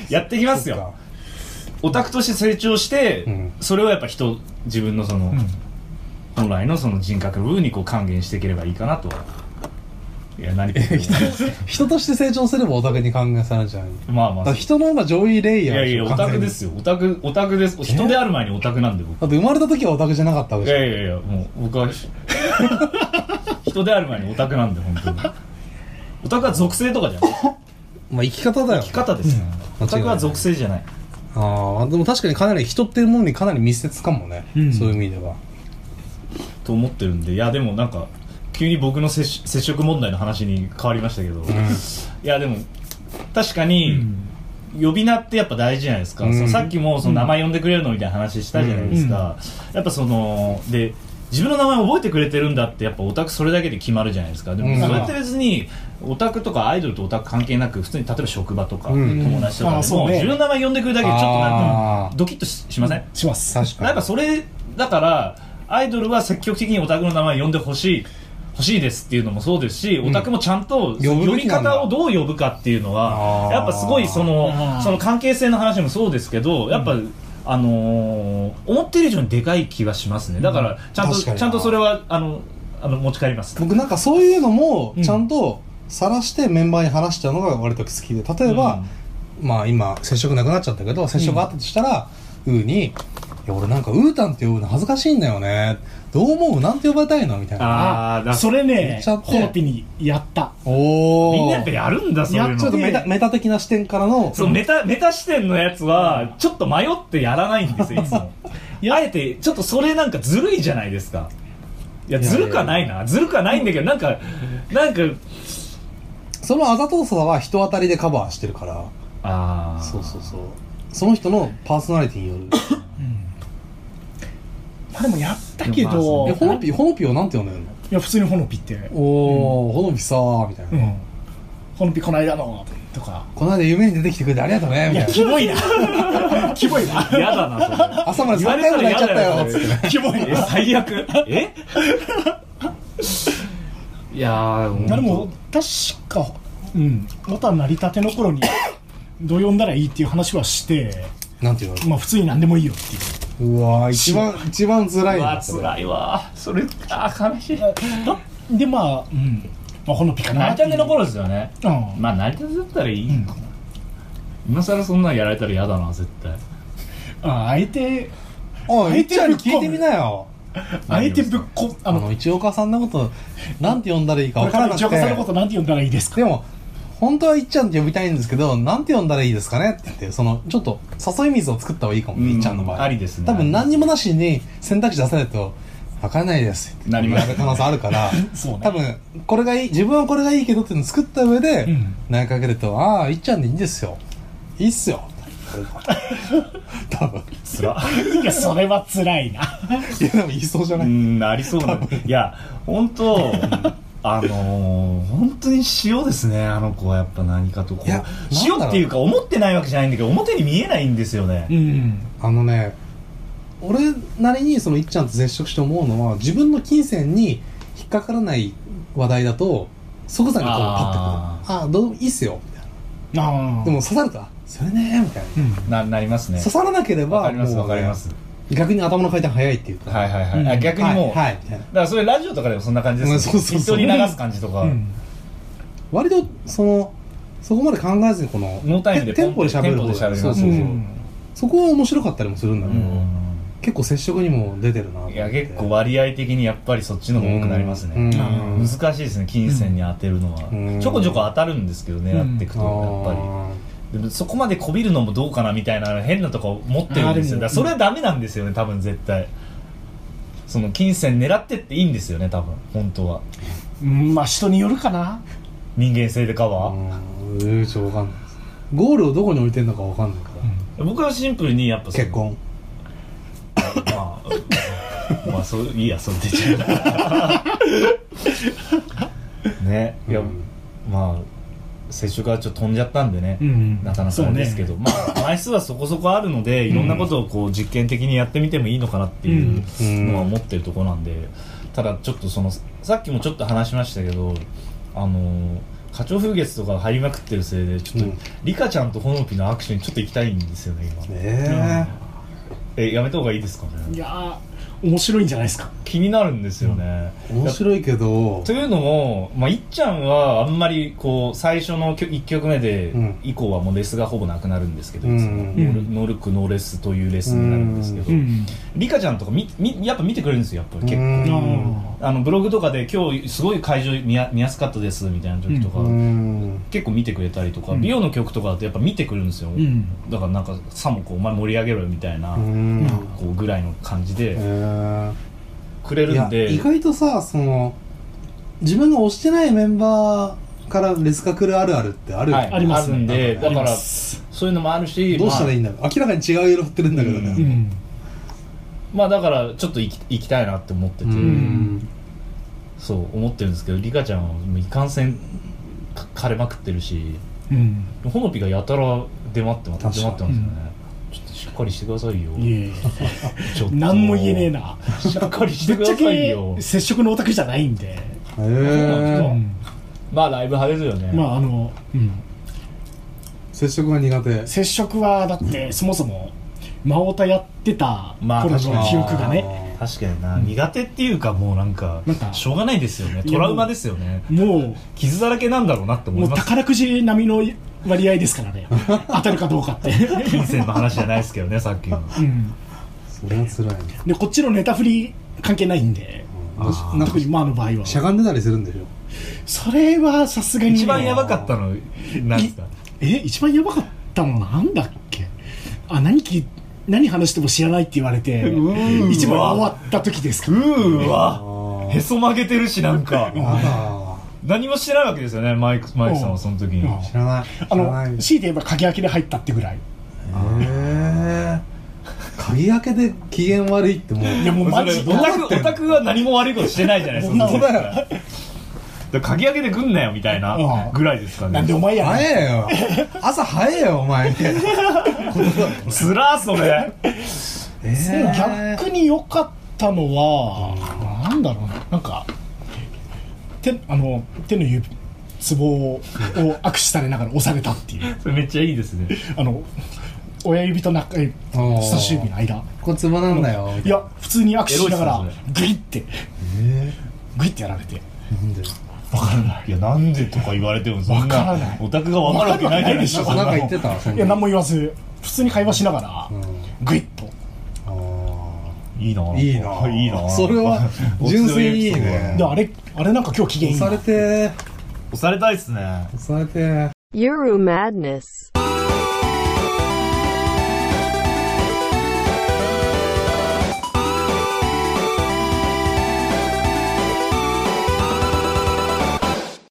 Speaker 3: やっていきます
Speaker 1: そっ
Speaker 3: よ
Speaker 1: か
Speaker 3: オタクとして成長して、
Speaker 1: うん
Speaker 3: それをやっぱ人自分のその、本来のその人格部分にこう還元していければいいかなとはいや何か
Speaker 1: [laughs] 人として成長すればオタクに還元されちゃう
Speaker 3: まあま
Speaker 1: だ
Speaker 3: あ
Speaker 1: から人の方が上位レイ
Speaker 3: い
Speaker 1: ヤー
Speaker 3: や
Speaker 1: で
Speaker 3: い
Speaker 1: しょ
Speaker 3: やオタクで
Speaker 1: 完全に
Speaker 3: すよオタクオタクです人である前にオタクなんで僕
Speaker 1: だって生まれた時はオタクじゃなかったわけじ
Speaker 3: い
Speaker 1: ゃん
Speaker 3: やいやいやもう僕は [laughs] 人である前にオタクなんで本当にオタクは属性とかじゃない
Speaker 1: まあ生き方だよ
Speaker 3: 生き方です、
Speaker 1: うん
Speaker 3: オタクは属性じゃない
Speaker 1: ああでも確かにかなり人っていうものにかなり密接かもね、
Speaker 2: うん
Speaker 1: そういう意味では
Speaker 3: と思ってるんでいやでもなんか急に僕の接し接触問題の話に変わりましたけど、いやでも確かに、呼び名ってやっぱ大事じゃないですか、
Speaker 1: うん
Speaker 3: そのさっきもその名前呼んでくれるのみたいな話したじゃないですか、やっぱそので自分の名前覚えてくれてるんだってやっぱオタクそれだけで決まるじゃないですかで
Speaker 1: う
Speaker 3: も
Speaker 1: ん
Speaker 3: それって別にオタクとかアイドルとオタク関係なく普通に例えば職場とか
Speaker 1: うん
Speaker 3: 友達とか
Speaker 2: あ
Speaker 3: で
Speaker 2: そ
Speaker 3: も
Speaker 2: うね
Speaker 3: 自分の名前呼んでくれるだけでちょっとなん
Speaker 1: あ
Speaker 3: か
Speaker 1: ー
Speaker 3: ドキッとししません
Speaker 2: します
Speaker 1: 確かに
Speaker 3: なんかそれだからアイドルは積極的にオタクの名前呼んでほしい欲しいですっていうのもそうですし、オタクもちゃんと
Speaker 1: 呼ぶ
Speaker 3: 呼
Speaker 1: べき
Speaker 3: び
Speaker 1: なんだ
Speaker 3: 方をどう呼ぶかっていうの
Speaker 1: あ
Speaker 3: は
Speaker 1: ー
Speaker 3: やっぱすごいそ
Speaker 2: あ
Speaker 3: の
Speaker 2: ー
Speaker 3: その関係性の話もそうですけどやっぱ、あのー思ってる以上にでかい気がしますねだからちゃんと、
Speaker 1: 確かにな
Speaker 3: ちゃんとそれはあのあの持ち帰ります
Speaker 1: 僕なんかそういうのもちゃんと晒してメンバーに話しちゃうのが割と好きで例えば、まあ今接触なくなっちゃったけど接触があったとしたら、うーに「いや俺なんかウータンって呼ぶの恥ずかしいんだよねどう思うなんて呼ばれたいの?」みたいな
Speaker 3: あーだ
Speaker 2: それ
Speaker 1: 言
Speaker 2: ね
Speaker 1: っちゃって
Speaker 2: コーティにやった
Speaker 1: おお
Speaker 3: みんなやっぱやるんだそういう
Speaker 2: や
Speaker 3: の
Speaker 2: っ
Speaker 1: ちょっとメタメタ的な視点からの
Speaker 3: そうメタメタ視点のやつはちょっと迷ってやらないんですよいつもあえてちょっとそれなんかずるいじゃないですかいや
Speaker 1: いやいや
Speaker 3: ずるかないなずるかないんだけどなんかなんか
Speaker 1: そのあざとさは人当たりでカバーしてるから
Speaker 3: ああ
Speaker 1: そうそうそうその人のパーソナリティによ
Speaker 3: [laughs]
Speaker 1: る
Speaker 2: まあでもやったけ
Speaker 3: でも
Speaker 2: ど
Speaker 1: え
Speaker 3: まあ
Speaker 1: ほのぴほのぴをなんて呼んでるの
Speaker 2: いや普通にほのぴって
Speaker 1: おお、ほのぴさーみたいな、
Speaker 2: うんほのぴこの間のとか
Speaker 1: この間夢に出てきてくれてありがとうねみ
Speaker 2: い
Speaker 1: たい
Speaker 2: や
Speaker 1: な
Speaker 2: キモいなキモいな
Speaker 3: 嫌だなそれ
Speaker 1: 朝まで3回も泣いちゃったよっつってね
Speaker 2: キモい
Speaker 3: え
Speaker 2: な
Speaker 3: 最悪えいやー
Speaker 2: でも確かうんまた成り立ての頃にどう呼んだらいいっていう話はして
Speaker 1: なんて言われる
Speaker 2: まあ普通に何でもいいよっていう
Speaker 1: うわー一番一番辛いな
Speaker 3: わ
Speaker 1: それ
Speaker 3: 辛いわそれあー悲しい
Speaker 2: でまあうんまあほのピかな
Speaker 3: 成り
Speaker 2: ってい
Speaker 3: 立
Speaker 2: う
Speaker 3: ての頃ですよね
Speaker 2: うん
Speaker 3: まあ成り立てだったらいい、
Speaker 2: うん
Speaker 3: 今更そんなんやられたら嫌だな絶対
Speaker 2: あ相手
Speaker 1: おい
Speaker 2: 相手
Speaker 1: いっちゃんに聞いてみなよ
Speaker 2: 相手ぶっこあ
Speaker 1: あ
Speaker 2: の
Speaker 1: の一岡さんのことなんて呼んだらいいか分
Speaker 2: これ
Speaker 1: か
Speaker 2: からら
Speaker 1: な
Speaker 2: 一岡さんのこ
Speaker 1: くて
Speaker 2: となんて呼んだらいいですか
Speaker 1: でも本当はいっちゃんって呼びたいんですけどなんて呼んだらいいですかねって言ってそのちょっと誘い水を作った方がいいかも、ね
Speaker 3: うん
Speaker 1: いっちゃんの場合
Speaker 3: ありですね
Speaker 1: 多分何にもなしに選択肢出さないと分かんないですって
Speaker 3: なります
Speaker 1: やる可能性あるから
Speaker 2: そうね
Speaker 1: 多分これがいい自分はこれがいいけどっていうのを作った上で
Speaker 2: うん
Speaker 1: 投げかけると「ああいっちゃんでいいんですよいいっすよ」多分
Speaker 3: つら
Speaker 2: いやそれは辛
Speaker 1: い
Speaker 2: いな
Speaker 1: やでも言いそうじゃ
Speaker 3: う
Speaker 1: ない、
Speaker 3: んありそうな、いや本当あのー、本当に塩ですねあの子はやっぱ何かとこう
Speaker 1: いやなんだろ
Speaker 3: 塩
Speaker 1: う
Speaker 3: っていうか思ってないわけじゃないんだけど表に見えないんですよね、
Speaker 2: うん
Speaker 1: あのね俺なりにそのいっちゃんと接触して思うのは自分の金銭に引っかからない話題だと即座にこうパ
Speaker 3: あ
Speaker 1: ッてくる「ああどういいっすよ」みたい
Speaker 2: あ
Speaker 1: な
Speaker 2: あ
Speaker 1: でも刺された「それね」みたいな、
Speaker 2: うん
Speaker 3: ななりますね
Speaker 1: 刺さらなけれ
Speaker 3: わ
Speaker 1: ば
Speaker 3: かります
Speaker 1: も
Speaker 3: わ
Speaker 1: う
Speaker 3: かります
Speaker 1: 逆に頭の回転早いっていうか
Speaker 3: はいはいはい、
Speaker 2: うん
Speaker 3: あ逆にもう、
Speaker 1: はい、はいみたいな
Speaker 3: だからそれラジオとかでもそんな感じです、ね
Speaker 1: うんそうそうそう
Speaker 3: 適当に流す感じとか、
Speaker 2: うん
Speaker 1: 割とそのそこまで考えずにこの
Speaker 3: ノータイムで
Speaker 1: テンポで喋る
Speaker 3: テンポ
Speaker 1: 方
Speaker 3: で喋ります
Speaker 1: そうそうそう、そこは面白かったりもするんだ
Speaker 3: う
Speaker 1: けど、
Speaker 3: ん
Speaker 1: 結構接触にも出てるなと思って
Speaker 3: いや結構割合的にやっぱりそっちの方が多くなりますね、
Speaker 1: うん
Speaker 2: うん
Speaker 3: 難しいですね金銭に当てるのは、
Speaker 1: うん
Speaker 3: ちょこちょこ当たるんですけど狙っていくと
Speaker 1: あ
Speaker 3: やっぱり、
Speaker 1: ー
Speaker 3: でもそこまでこびるのもどうかなみたいな変なとこ持ってるんですよ
Speaker 2: あーでも
Speaker 3: だからそれはダメなんですよね多分絶対その金銭狙ってっていいんですよね多分本当は
Speaker 2: うんまあ人によるかな
Speaker 3: 人間性でかは、
Speaker 1: うん、ちょっとわかんないですゴールをどこに置いてんのかわかんないから、
Speaker 3: 僕はシンプルにやっぱその
Speaker 1: 結婚
Speaker 3: まあ [laughs] まあそういいやそれ出ちゃ [laughs] うねいや、
Speaker 1: うん
Speaker 3: まあ接触がちょっと飛んじゃったんでね、
Speaker 2: ん
Speaker 3: なかなかあれですけど、まあ枚数はそこそこあるのでいろんなことをこう実験的にやってみてもいいのかなっていうのは思ってるところなんで、ただちょっとそのさっきもちょっと話しましたけどあの花鳥風月とか入りまくってるせいでちょっと、
Speaker 1: うん
Speaker 3: リカちゃんとほのぴの握手にちょっと行きたいんですよね今
Speaker 1: ね
Speaker 3: えやめた方がいいですか
Speaker 2: い
Speaker 3: ね
Speaker 2: やー面白いんじゃないですか
Speaker 3: 気になるんですよね、
Speaker 1: え面白いけど
Speaker 3: というのも、まあ、いっちゃんはあんまりこう最初の1曲目で
Speaker 1: うん
Speaker 3: 以降はもうレスがほぼなくなるんですけど、
Speaker 1: うん
Speaker 3: そのノール
Speaker 2: う
Speaker 3: ノールックノーレスというレスになるんですけど、
Speaker 2: ん
Speaker 3: リカちゃんとかみみやっぱ見てくれるんですよやっぱり結構、
Speaker 1: うん
Speaker 2: あ
Speaker 3: あのブログとかで今日すごい会場見や見やすかったですみたいな時とか、
Speaker 1: うん
Speaker 3: 結構見てくれたりとか、
Speaker 2: うん
Speaker 3: 美容の曲とかだとやっぱ見てくるんですよ、
Speaker 2: うん
Speaker 3: だからなんかさもこうお前盛り上げろよみたいな、
Speaker 1: うん
Speaker 3: こうぐらいの感じで
Speaker 1: え
Speaker 3: くれ
Speaker 1: えい
Speaker 3: るん
Speaker 1: や
Speaker 3: で、
Speaker 1: 意外とさその自分が推してないメンバーからレスカクルあるあるってあるよね、
Speaker 3: はい
Speaker 2: ありますね
Speaker 3: あるんでだ
Speaker 2: りま
Speaker 3: から
Speaker 2: す
Speaker 3: そういうのもあるし
Speaker 1: どうしたらいいんだろう、明らかに違う色振ってるんだけど
Speaker 2: う
Speaker 1: ね
Speaker 2: ん
Speaker 3: まあだからちょっと行き行きたいなって思ってて、
Speaker 1: うん
Speaker 3: そう思ってるんですけどリカちゃんはもういかんせんか枯れまくってるし
Speaker 2: うん
Speaker 3: ほのぴがやたら出回ってま
Speaker 1: 確かに
Speaker 3: す出回ってますよね、ちょっとしっかりしてくださいよ
Speaker 2: い
Speaker 3: [laughs]
Speaker 2: えいえ
Speaker 3: ちょっと
Speaker 2: 何も言えねえな
Speaker 3: しっかりし
Speaker 2: ぶ
Speaker 3: て
Speaker 2: っ
Speaker 3: く
Speaker 2: ちゃ
Speaker 3: ださいよ
Speaker 2: け接触のオタクじゃないんで、
Speaker 1: へ
Speaker 3: う
Speaker 1: え
Speaker 3: んまあライブ派ですよね、
Speaker 2: まああの、うん
Speaker 1: 接触が苦手
Speaker 2: 接触はだってそもそも真オタやってた頃の記憶がね、
Speaker 3: 確かにな、苦手っていうかもうなんか
Speaker 2: なんか
Speaker 3: しょうがないですよねトラウマですよね
Speaker 2: も
Speaker 3: 傷だらけなんだろうなって
Speaker 2: う
Speaker 3: 思
Speaker 2: も
Speaker 3: いうます
Speaker 2: 宝くじ並みの割合です
Speaker 3: [laughs]
Speaker 2: からね当たるかどうかって、
Speaker 3: 金銭の話じゃないですけどねさっきの
Speaker 2: うん
Speaker 1: それは辛いね
Speaker 2: でこっちのネタ振り関係ないんで
Speaker 1: あなんか
Speaker 2: 特にマーの場合
Speaker 1: しゃ
Speaker 2: は
Speaker 1: がんでたりするんでしょ
Speaker 2: それはさすがに
Speaker 3: 一番やばかったのなんですか
Speaker 2: え一番やばかったのなんだっけあ何き何話しても知らないって言われて
Speaker 3: ー
Speaker 2: 一番終わった時ですか
Speaker 3: うーわ
Speaker 1: あ
Speaker 3: へそ曲げてるしなんか
Speaker 1: ああ
Speaker 3: 何もしてないわけですよねマイクマイクさんはその時に
Speaker 2: うん
Speaker 1: 知らない
Speaker 2: あ
Speaker 1: 知らない
Speaker 2: の強いて言えば鍵開けで入ったってぐらい
Speaker 1: へえ鍵開けで機嫌悪いってもう
Speaker 2: いやもう
Speaker 3: そ
Speaker 2: マ
Speaker 3: れ
Speaker 2: ジ
Speaker 3: オ
Speaker 2: どう
Speaker 3: タクオタクは何も悪いことしてないじゃないですか
Speaker 2: そ
Speaker 1: 本当だよ
Speaker 3: だから鍵開けてくんなよみたいな
Speaker 2: うん
Speaker 3: ぐらいですか
Speaker 2: なんで
Speaker 3: ね
Speaker 2: お前やねん
Speaker 1: 早えよ朝早えよお前
Speaker 3: つらーそれ
Speaker 1: ええ
Speaker 2: 逆に良かったのは、なんだろうななんか手あの手の指ツボを握手されながら押されたっていう
Speaker 3: それめっちゃいいですね
Speaker 2: あの親指と中指
Speaker 1: あー
Speaker 2: 人差し指の間
Speaker 1: これツボなんだよみた
Speaker 2: いや普通に握手しなが
Speaker 3: エロ
Speaker 2: ら
Speaker 3: いっす
Speaker 2: グイって
Speaker 1: え
Speaker 2: グイってやられて
Speaker 1: ーなんで
Speaker 3: わからない。いや、なんでとか言われても、そんな。
Speaker 2: わからない
Speaker 3: オタクがわかるわけないじゃないですか。
Speaker 2: わ
Speaker 1: なんか言っ
Speaker 3: そ
Speaker 1: てたそん
Speaker 2: い
Speaker 1: な
Speaker 2: や
Speaker 1: の
Speaker 2: 何も言わず普通に会話しながらグイッと
Speaker 1: うん
Speaker 3: んいいな
Speaker 1: あーいいな
Speaker 3: いいな
Speaker 1: それは純粋にいいね
Speaker 2: であれあれなんか今日機嫌い
Speaker 1: 押
Speaker 2: い
Speaker 1: さ
Speaker 2: な
Speaker 1: れて
Speaker 3: 押されたいっすね。
Speaker 1: 押されて
Speaker 5: Euro madness.